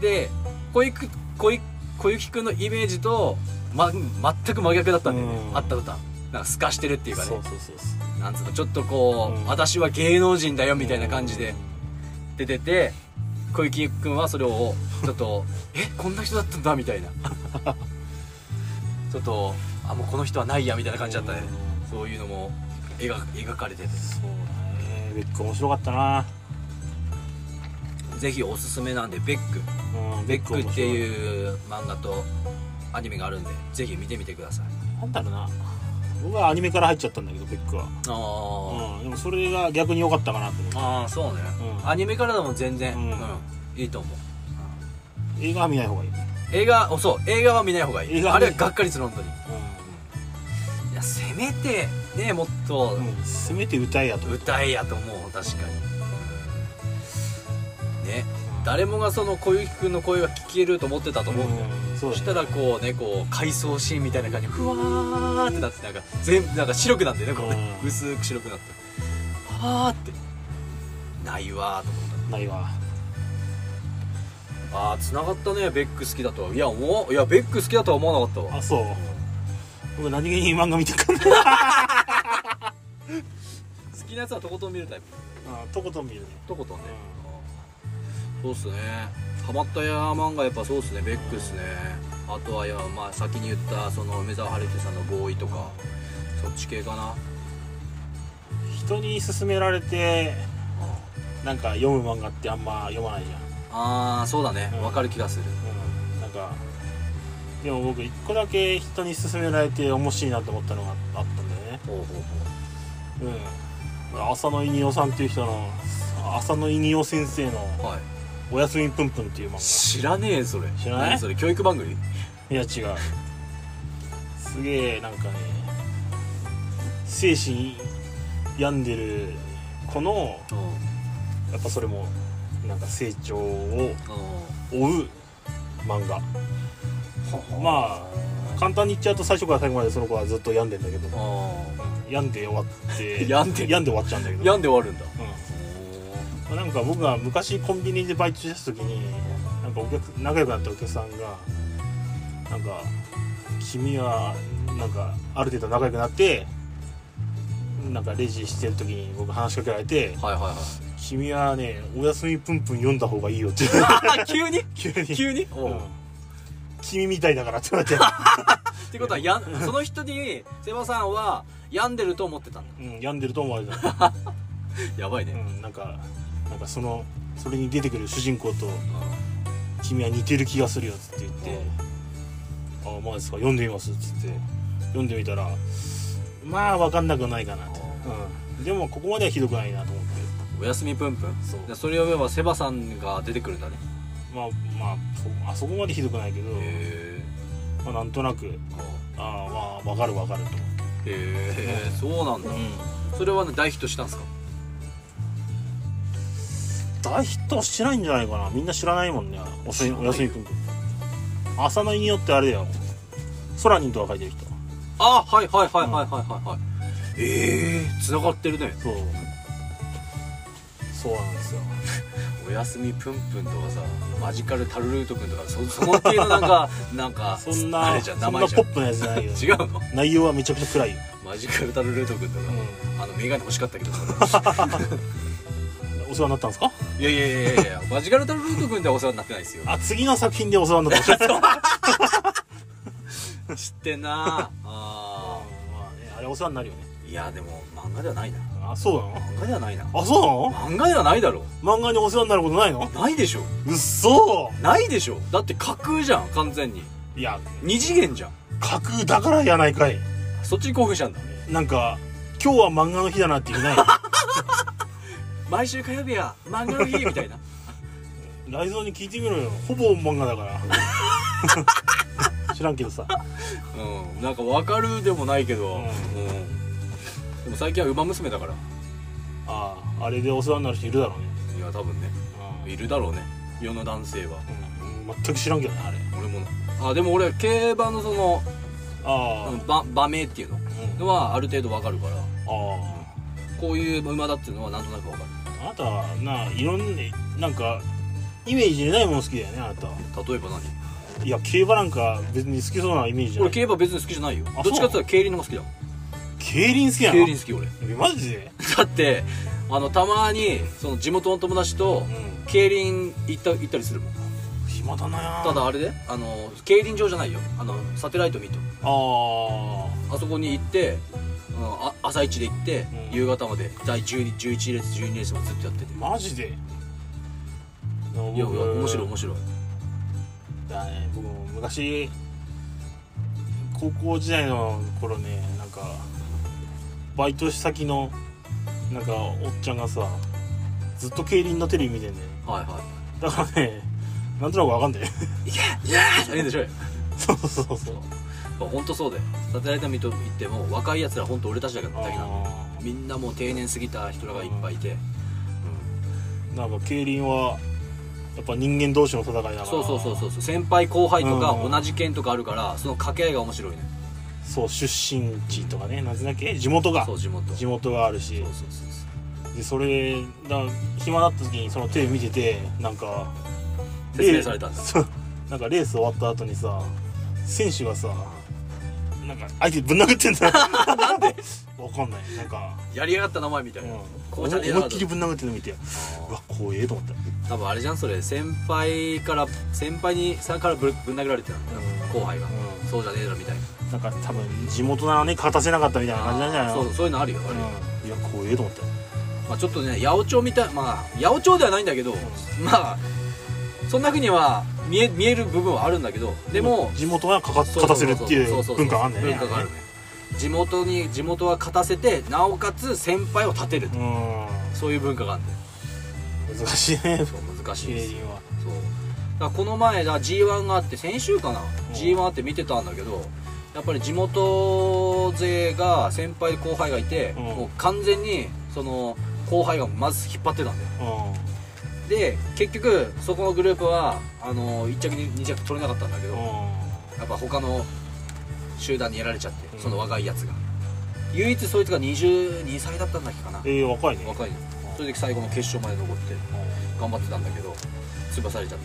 Speaker 2: で小雪小雪小雪くんのイメージと、ま、全く真逆だったんだよね、
Speaker 1: うん
Speaker 2: 会った途端なんか透かしてるって
Speaker 1: う
Speaker 2: い
Speaker 1: ん
Speaker 2: うか
Speaker 1: そ
Speaker 2: ね
Speaker 1: うそうそうそう
Speaker 2: なんつうのちょっとこう、
Speaker 1: うん
Speaker 2: 私は芸能人だよみたいな感じで出てて小雪くんはそれをちょっとえこんな人だったんだみたいなちょっとあもうこの人はないやみたいな感じだったね、
Speaker 1: うん
Speaker 2: そういうのも描描かれてて
Speaker 1: そうだねベック面白かったな
Speaker 2: ぜひおすすめなんでベック
Speaker 1: うん
Speaker 2: ベック
Speaker 1: 面
Speaker 2: っ
Speaker 1: 白
Speaker 2: て
Speaker 1: い
Speaker 2: いう漫画とアニメがあるんでぜひ見てみてください
Speaker 1: なんだろうな僕はアニメから入っちゃったんだけどベックは、
Speaker 2: あー、
Speaker 1: うん、でもそれが逆に良かったかなと思って
Speaker 2: あーそうね、
Speaker 1: うん
Speaker 2: アニメからでも全然、
Speaker 1: うん
Speaker 2: うんいいと思う
Speaker 1: 映画は見ない方がいい、
Speaker 2: 映画おそう映画は見ない方がいい
Speaker 1: 映画は
Speaker 2: あ
Speaker 1: 見
Speaker 2: れ
Speaker 1: な
Speaker 2: はいがっかりする本当にいやせめてねもっと
Speaker 1: うんうん、せめて歌えやと、
Speaker 2: 歌えやと思う確かにね誰もがその小雪くんの声が聞けると思ってたと思うんだよ、
Speaker 1: うんそう
Speaker 2: そ
Speaker 1: だね
Speaker 2: したらこうねこう回想シーンみたいな感じでふわーってなってなんか全部なんか白くなってねこうね
Speaker 1: うん
Speaker 2: 薄く白くなってはーってないわーと思っ
Speaker 1: ないわ
Speaker 2: たあー繋がったねベック好きだとはいや思ういやベック好きだとは思わなかったわ
Speaker 1: あそう僕何気に漫画見てるから
Speaker 2: 好きなやつはとことん見るタイプ
Speaker 1: あとことん見るね
Speaker 2: とことんねそうっすねハマったヤーマンがやっぱそうっすねベックっすねあとはや、まあ、先に言ったその梅沢春樹さんのボーイとかそっち系かな
Speaker 1: 人に勧められてなんか読む漫画ってあんま読まないじゃん、
Speaker 2: ああそうだね
Speaker 1: うん
Speaker 2: わかる気がする
Speaker 1: うん、なんかでも僕一個だけ人に勧められて面白いなと思ったのがあったんだよね
Speaker 2: ほうほうほ
Speaker 1: うん浅野稲夫さんっていう人の浅野稲夫先生の
Speaker 2: うはい
Speaker 1: 「おやすみぷんぷん」っていう漫
Speaker 2: 知らねえそれ
Speaker 1: 知らない
Speaker 2: 何それ教育番組
Speaker 1: 画いや違うすげえなんかね精神病んでる子の
Speaker 2: うんうん
Speaker 1: やっぱそれもなんか成長を追う漫画まあ簡単に言っちゃうと最初から最後までその子はずっと病んでんだけど
Speaker 2: あ
Speaker 1: 病んで終わって
Speaker 2: 病んで
Speaker 1: 病んで終わっちゃうんだけど
Speaker 2: 病んで終わるんだ
Speaker 1: うん、なんか僕が昔コンビニでバイトしてた時になんかお客仲良くなったお客さんがなんか君はなんかある程度仲良くなってなんかレジしてる時に僕話しかけられて
Speaker 2: はいはいは
Speaker 1: 「君はねおやすみぷんぷん読んだ方がいいよ」って
Speaker 2: い あ 急に
Speaker 1: 急に
Speaker 2: 急に
Speaker 1: う
Speaker 2: お
Speaker 1: ん
Speaker 2: う
Speaker 1: 君みたいだから」って言われて、
Speaker 2: ってことはやんその人にセバさんは病んでると思ってたんだ
Speaker 1: うん、病んでると思われた、
Speaker 2: やばいね、
Speaker 1: うん、なんかなんかそのそれに出てくる主人公と君は似てる気がするよ」っつって言って「ああまあですか読んでみます」っつって読んでみたらまあ分かんなくないかなと、うん、でもここまではひどくないなと思って
Speaker 2: おやすみぷんぷん
Speaker 1: そう
Speaker 2: でそれを言えばセバさんが出てくるんだね
Speaker 1: まあまあそあそこまでひどくないけど、
Speaker 2: へ
Speaker 1: まあ、なんとなくああまあ分かる分かると思って、
Speaker 2: えへえそうなんだそれはね大ヒットしたんですか
Speaker 1: 大ヒットはしてないんじゃないかなみんな知らないもんねおすおやすみくん浅野によってあれだよ空にとは書いてる人
Speaker 2: あはいはいはいはいはいはいはいええつながってるね
Speaker 1: そうそうなんですよ
Speaker 2: おやすみぷんぷんとかさマジカルタルルートくんとかそその系のなん かなんか
Speaker 1: そん
Speaker 2: あ
Speaker 1: な
Speaker 2: れじ
Speaker 1: そ
Speaker 2: ゃ
Speaker 1: ん
Speaker 2: ん
Speaker 1: なポ
Speaker 2: 名前じゃん
Speaker 1: ップなやつじゃないよ
Speaker 2: 違うの
Speaker 1: 内容はめちゃくちゃ暗いよ、
Speaker 2: マジカルタルルートくんとか、あのメガネ欲しかったけどそれ
Speaker 1: お世話になったんですか
Speaker 2: いやいやいやいや、マジカルタルルート君ではお世話になってないですよ。
Speaker 1: あ次の作品でお世話になっ たんですか
Speaker 2: 知ってんなあ
Speaker 1: まあねあれお世話になるよね
Speaker 2: ーいや、でも漫画ではないな。
Speaker 1: あそうな
Speaker 2: 漫画ではないな。
Speaker 1: のあそう
Speaker 2: 漫画ではないだろ。
Speaker 1: なの漫画にお世話になることないの
Speaker 2: ないでしょ。
Speaker 1: うっそ
Speaker 2: ないでしょ。だって架空じゃん、完全に。
Speaker 1: いや
Speaker 2: 二次元じゃん。
Speaker 1: 架空だからやないかい
Speaker 2: そっちに興奮したんだ。
Speaker 1: なんか今日は漫画の日だなって言 うない
Speaker 2: 毎週火曜日は漫画の日みたい な。
Speaker 1: 雷蔵に聞いてみろよほぼ漫画だから 知らんけどさ
Speaker 2: うん、なんかわかるでもないけど。
Speaker 1: う
Speaker 2: うんん。でも最近は馬娘だから。
Speaker 1: あああれでお世話になる人いるだろうね
Speaker 2: いや、多分ね。いるだろうね。世の男性は。
Speaker 1: うん、うん、全く知らんけどねあれ
Speaker 2: 俺もな。あ、でも俺、競馬のその、
Speaker 1: ああ、
Speaker 2: うんば場名っていうの。
Speaker 1: うん
Speaker 2: のはある程度わかるから
Speaker 1: ああ
Speaker 2: こういう馬だっていうのはなんとなくわか
Speaker 1: あなたはないろんななんかイメージにないもの好きだよねあなたは
Speaker 2: る例えば何
Speaker 1: いや競馬なんか別に好きそうなイメージじゃな
Speaker 2: 俺
Speaker 1: い
Speaker 2: 競馬別に好きじゃないよ
Speaker 1: あ
Speaker 2: どっちかっていうと競輪の方が好きだもん
Speaker 1: 競輪好きなの
Speaker 2: 競輪好き俺
Speaker 1: えマジで
Speaker 2: だってあのたまにその地元の友達と
Speaker 1: うん
Speaker 2: 競輪行った行ったりするもん
Speaker 1: 暇だなや
Speaker 2: ただあれであの競輪場じゃないよあのサテライトミート
Speaker 1: ああ
Speaker 2: あそこに行って、うんあ朝一で行って、
Speaker 1: うん
Speaker 2: 夕方まで第10 11レース12レースもずっとやってて
Speaker 1: マジで
Speaker 2: いやいや面白い
Speaker 1: 白い
Speaker 2: 面白い
Speaker 1: だね僕も昔高校時代の頃ねなんかバイト先のなんかおっちゃんがさずっと競輪のテレビ見てんね
Speaker 2: はい は
Speaker 1: だからねなんとなくわかんない
Speaker 2: いいやいやーいいんでしょうよ
Speaker 1: そうそうそう
Speaker 2: まあ本当そうだよサテライト見と行っても若いやつら本当俺たちだけだけなの
Speaker 1: あ
Speaker 2: みんなもう定年過ぎた人らがいっぱいいて、
Speaker 1: ーなんか競輪はやっぱ人間同士の戦いだから
Speaker 2: そうそうそうそうそう先輩後輩とか
Speaker 1: うん
Speaker 2: 同じ県とかあるからその掛け合いが面白いね
Speaker 1: そう出身地とかねなんつうんだっけ地元が
Speaker 2: そう地元
Speaker 1: 地元があるし
Speaker 2: そうそうそうそう
Speaker 1: でそれだ暇だった時にそのテレビ見ててなんか
Speaker 2: 説明されたんだ
Speaker 1: レーそうなんかレース終わった後にさ選手がさなんか相手ぶん殴ってんだ なんでわかんないなんか、
Speaker 2: やりやがった名前みたい
Speaker 1: うん
Speaker 2: な、、
Speaker 1: 思
Speaker 2: 紅茶で
Speaker 1: い
Speaker 2: や
Speaker 1: っ
Speaker 2: がった
Speaker 1: きりぶん殴ってるの見てうわ怖えと思った、
Speaker 2: 多分あれじゃんそれ先輩から先輩にさからぶぶん殴られてたんだよ
Speaker 1: うん
Speaker 2: 後輩が、そうじゃねえだろみたいな
Speaker 1: うん、なんか多分地元なのに勝たせなかったみたいな感じなんじゃないの
Speaker 2: そうそういうのあるよあるよ、
Speaker 1: うん、いや怖えと思った
Speaker 2: まあ、ちょっとね八百長みたいまあ八百長ではないんだけど、まあそんなふうには見え見える部分はあるんだけどでも
Speaker 1: 地元はかか勝たせるっていう文化があるんだよね
Speaker 2: 文化があるね地元に地元は勝たせてなおかつ先輩を立てる
Speaker 1: う
Speaker 2: そういう文化があるんだよ
Speaker 1: ん難しいね
Speaker 2: そう難しい
Speaker 1: 競
Speaker 2: です
Speaker 1: 輪は
Speaker 2: そうだからこの前だ g 1があって先週かな、
Speaker 1: うん
Speaker 2: g 1あって見てたんだけどやっぱり地元勢が先輩後輩がいて、
Speaker 1: うん
Speaker 2: もう完全にその後輩がまず引っ張ってたんだよ
Speaker 1: う
Speaker 2: で結局そこのグループはあの1着2着取れなかったんだけど、
Speaker 1: ん
Speaker 2: やっぱ他の集団にやられちゃって
Speaker 1: うん
Speaker 2: その若いやつが、唯一そいつが22歳だったんだっけかな
Speaker 1: えー、若いね
Speaker 2: 若いのそれで最後の決勝まで残って頑張ってたんだけど潰されちゃって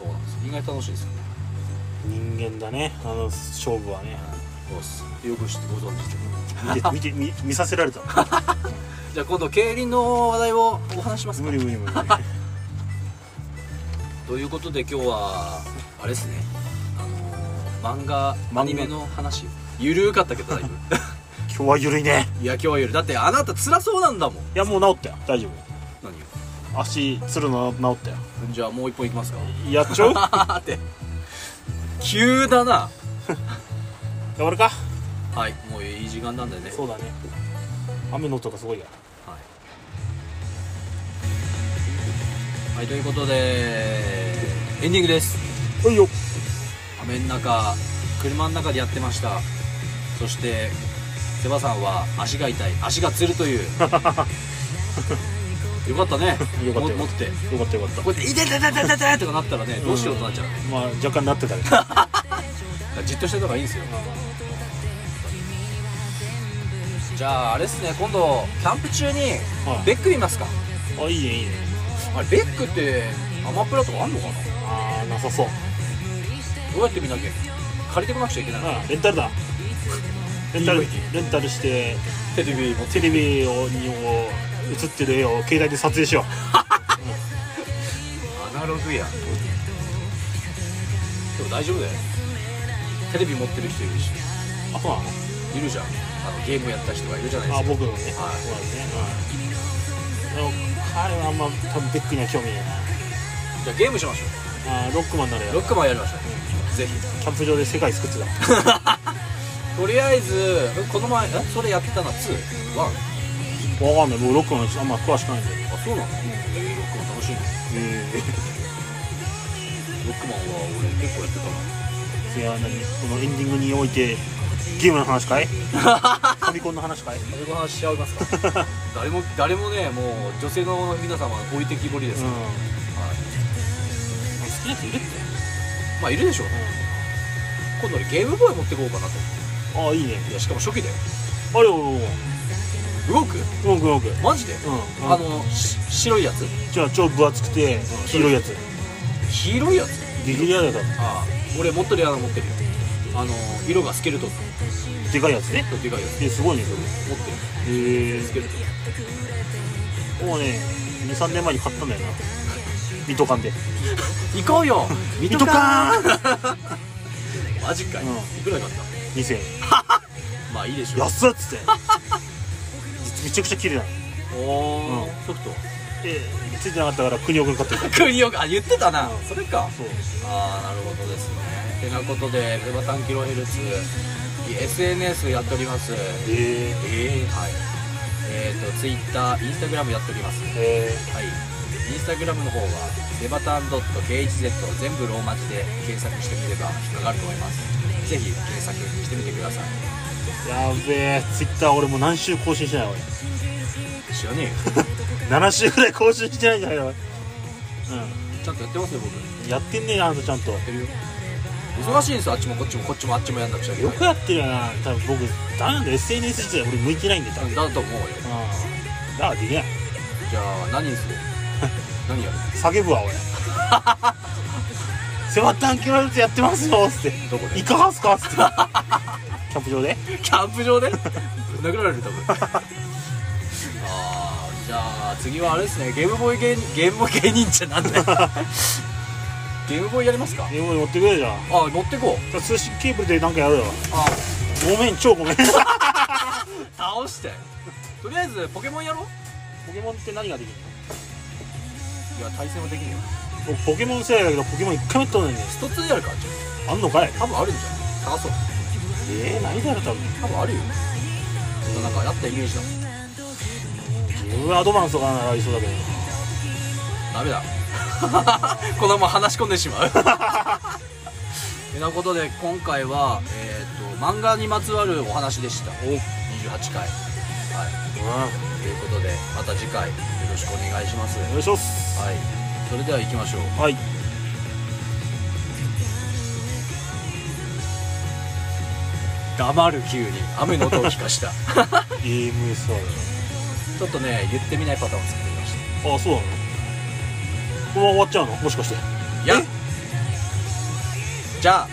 Speaker 2: そうなんです意外と楽しいですよね
Speaker 1: 人間だねあの勝負は ね
Speaker 2: そうっすよく知ってご存知ですけど
Speaker 1: 見て見て見見させられた
Speaker 2: じゃあ今度競輪の話題をお話しますか
Speaker 1: 無理無理無理
Speaker 2: ということで今日はあれですねあのー漫画アニメの話ゆるかったけ どだいぶ
Speaker 1: 今日はゆるいね
Speaker 2: いや今日はゆるだってあなた辛そうなんだもん
Speaker 1: いやもう治ったよ大丈
Speaker 2: 何
Speaker 1: 夫足つるの治ったよ
Speaker 2: じゃあもう一本いきますか
Speaker 1: やっちゃ うや
Speaker 2: 待って急だな
Speaker 1: わるか
Speaker 2: はいもういい時間なんでね
Speaker 1: そうだね雨の音がすごいや
Speaker 2: はい、はい、ということでエンディングです
Speaker 1: おいよ
Speaker 2: 雨の中車の中でやってましたそしてセバさんは足が痛い足がつると いうよかったね
Speaker 1: よかったよ
Speaker 2: も持って
Speaker 1: よかったよかった
Speaker 2: こうやって「痛い痛い痛い痛い痛い痛い」とかなったらねどうしようとなっちゃう、
Speaker 1: まあ若干なってたけど まあ
Speaker 2: じっとしてた方がいいんですよじゃああれですね今度キャンプ中に
Speaker 1: はい
Speaker 2: ベック見ますか、
Speaker 1: まああいいねいいね
Speaker 2: あれベックってアマプラとかあんのかな
Speaker 1: ああなさそう
Speaker 2: どうやって見なきゃ借りてこなくちゃいけないの
Speaker 1: あレンタルだレンタル
Speaker 2: DVD
Speaker 1: レンタルして
Speaker 2: テレビ持って
Speaker 1: テレビをにも映ってる絵を携帯で撮影しよ
Speaker 2: アナログやでも大丈夫だよテレビ持ってる人いるし
Speaker 1: うあそうなの
Speaker 2: いるじゃんあのゲームやった人がいるじゃないです
Speaker 1: あ
Speaker 2: か
Speaker 1: 僕のね、そう
Speaker 2: はい
Speaker 1: だね、うん、でも彼はあんま多分ベックには興味ない
Speaker 2: じゃあゲームしましょ
Speaker 1: なあーロックマンになるや
Speaker 2: うロックマンやりましょうぜひ
Speaker 1: キャンプ場で世界救ってた
Speaker 2: とりあえずこの前えそれやってたな 2?1?
Speaker 1: わかんないもうロックマンあんま詳しくないんで
Speaker 2: あそうなの、えーロックマン楽しいねロックマンは俺結構や ってたな
Speaker 1: や
Speaker 2: い
Speaker 1: 何このエンディングにおいてゲームの話 かいファミコンの話かい
Speaker 2: 誰の話しちゃいますか誰も誰もねもう女性の皆様は置いてきぼりで
Speaker 1: う
Speaker 2: す
Speaker 1: ん
Speaker 2: から、
Speaker 1: 好
Speaker 2: は
Speaker 1: きな
Speaker 2: い、
Speaker 1: 人いるって、
Speaker 2: まあいるでしょう今度俺ゲームボーイ持ってこうかなと思
Speaker 1: うん、ああいいね
Speaker 2: っていやしかも初期だよ
Speaker 1: あれおお
Speaker 2: 動く
Speaker 1: 動く動く
Speaker 2: マジで、
Speaker 1: うん
Speaker 2: あのし白いやつ
Speaker 1: じゃあ超分厚くて黄色いやつ
Speaker 2: 黄色いやつ
Speaker 1: できるやつだ
Speaker 2: ああ俺持ってるやつ持ってるよあの色がスケルトン
Speaker 1: でかいやつね
Speaker 2: とでかいや
Speaker 1: えすごいねそ
Speaker 2: つ持ってる
Speaker 1: れへえ
Speaker 2: スケルトン
Speaker 1: もうね23年前に買ったんだよな水戸館で
Speaker 2: 行こうよ
Speaker 1: 水戸館
Speaker 2: マジかい、
Speaker 1: うん
Speaker 2: いくらだった
Speaker 1: 2000円
Speaker 2: まあいいでしょう
Speaker 1: 安っつって めちゃくちゃ綺麗なの
Speaker 2: おお、
Speaker 1: うん
Speaker 2: ちょっと
Speaker 1: えついてなかったから国をかかってる
Speaker 2: 国をあ言ってたな
Speaker 1: うん
Speaker 2: それか
Speaker 1: そう
Speaker 2: ああなるほどですねてなことでベバタンキロヘルツ SNS やっておりますえ
Speaker 1: えー、
Speaker 2: えはいえっ、ー、と TwitterInstagram やっております
Speaker 1: え
Speaker 2: はい、インスタグラムの方はセバタン .khz 全部ローマ字で検索してみれば引っかかると思いますぜひ検索してみてください
Speaker 1: ー、やべえツイッター俺もう何週更新してない俺
Speaker 2: 知らね
Speaker 1: 7週ぐらい更新してないんじゃないの俺
Speaker 2: え よちゃんとやってますよ僕や
Speaker 1: うんやってんねえなあんたちゃんと
Speaker 2: ってるよ忙しいんですよあっちもこっちもこっちもあっちもやんなくちゃいけ
Speaker 1: よ
Speaker 2: ない
Speaker 1: くやってるよな多分僕ダメなんだよ SNS 自体俺向いてないんで多分
Speaker 2: うんだと思うよ
Speaker 1: うんだからできない
Speaker 2: じゃあ何に する何やる
Speaker 1: 叫ぶわ俺 セバタンキロルツやってますよっつって
Speaker 2: どこで
Speaker 1: いかがっすかっつって キャンプ場で
Speaker 2: キャンプ場でぶん 殴られる多分あーじゃあ次はあれですねゲームボーイ芸人ゲームボーイ芸人じゃなん だよゲームボーイやりますか
Speaker 1: 英語に持ってくれじゃん
Speaker 2: あ持ってこう
Speaker 1: 通信ケーブルでなんかやるよ
Speaker 2: あ
Speaker 1: ごめん超ごめん ポ
Speaker 2: 倒してとりあえずポケモンやろう
Speaker 1: ケモンって何ができる
Speaker 2: いや対戦はできねえよ
Speaker 1: の僕ポケモン世代だけどポケモン一回もやったのにね
Speaker 2: スト2やるかじゃ
Speaker 1: あんのかい
Speaker 2: あ多分あるんじゃん探そう
Speaker 1: ええー、何だろう多分
Speaker 2: 多分あるよちょっとなんかやったイメージだもん
Speaker 1: 自分はアドバンスとかならありそうだけど
Speaker 2: ダメだ このまま話し込んでしまう てなことで今回はえっ、と漫画にまつわるお話でした
Speaker 1: おうん
Speaker 2: 28回はいということでまた次回よろしくお願いします
Speaker 1: お願いします
Speaker 2: はいそれでは行きましょう
Speaker 1: はい
Speaker 2: 黙る急に雨の音を聞かした
Speaker 1: EMS
Speaker 2: ちょっとね言ってみないパターンを作りました
Speaker 1: ああそうなのこのまま終わっちゃうのもしかして
Speaker 2: いやじゃあ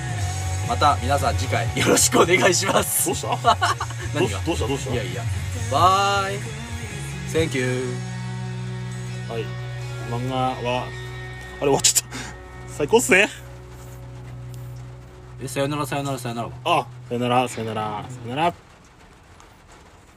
Speaker 2: また皆さん次回よろしくお願いしま
Speaker 1: ど
Speaker 2: す
Speaker 1: うしたどう
Speaker 2: 何
Speaker 1: し
Speaker 2: が
Speaker 1: どうしたどうした
Speaker 2: いやいやバイ Thank you
Speaker 1: はい漫画はあれ終わっちゃった 最高っすね
Speaker 2: えさよならさよならさよなら
Speaker 1: あさよならさよならさよなら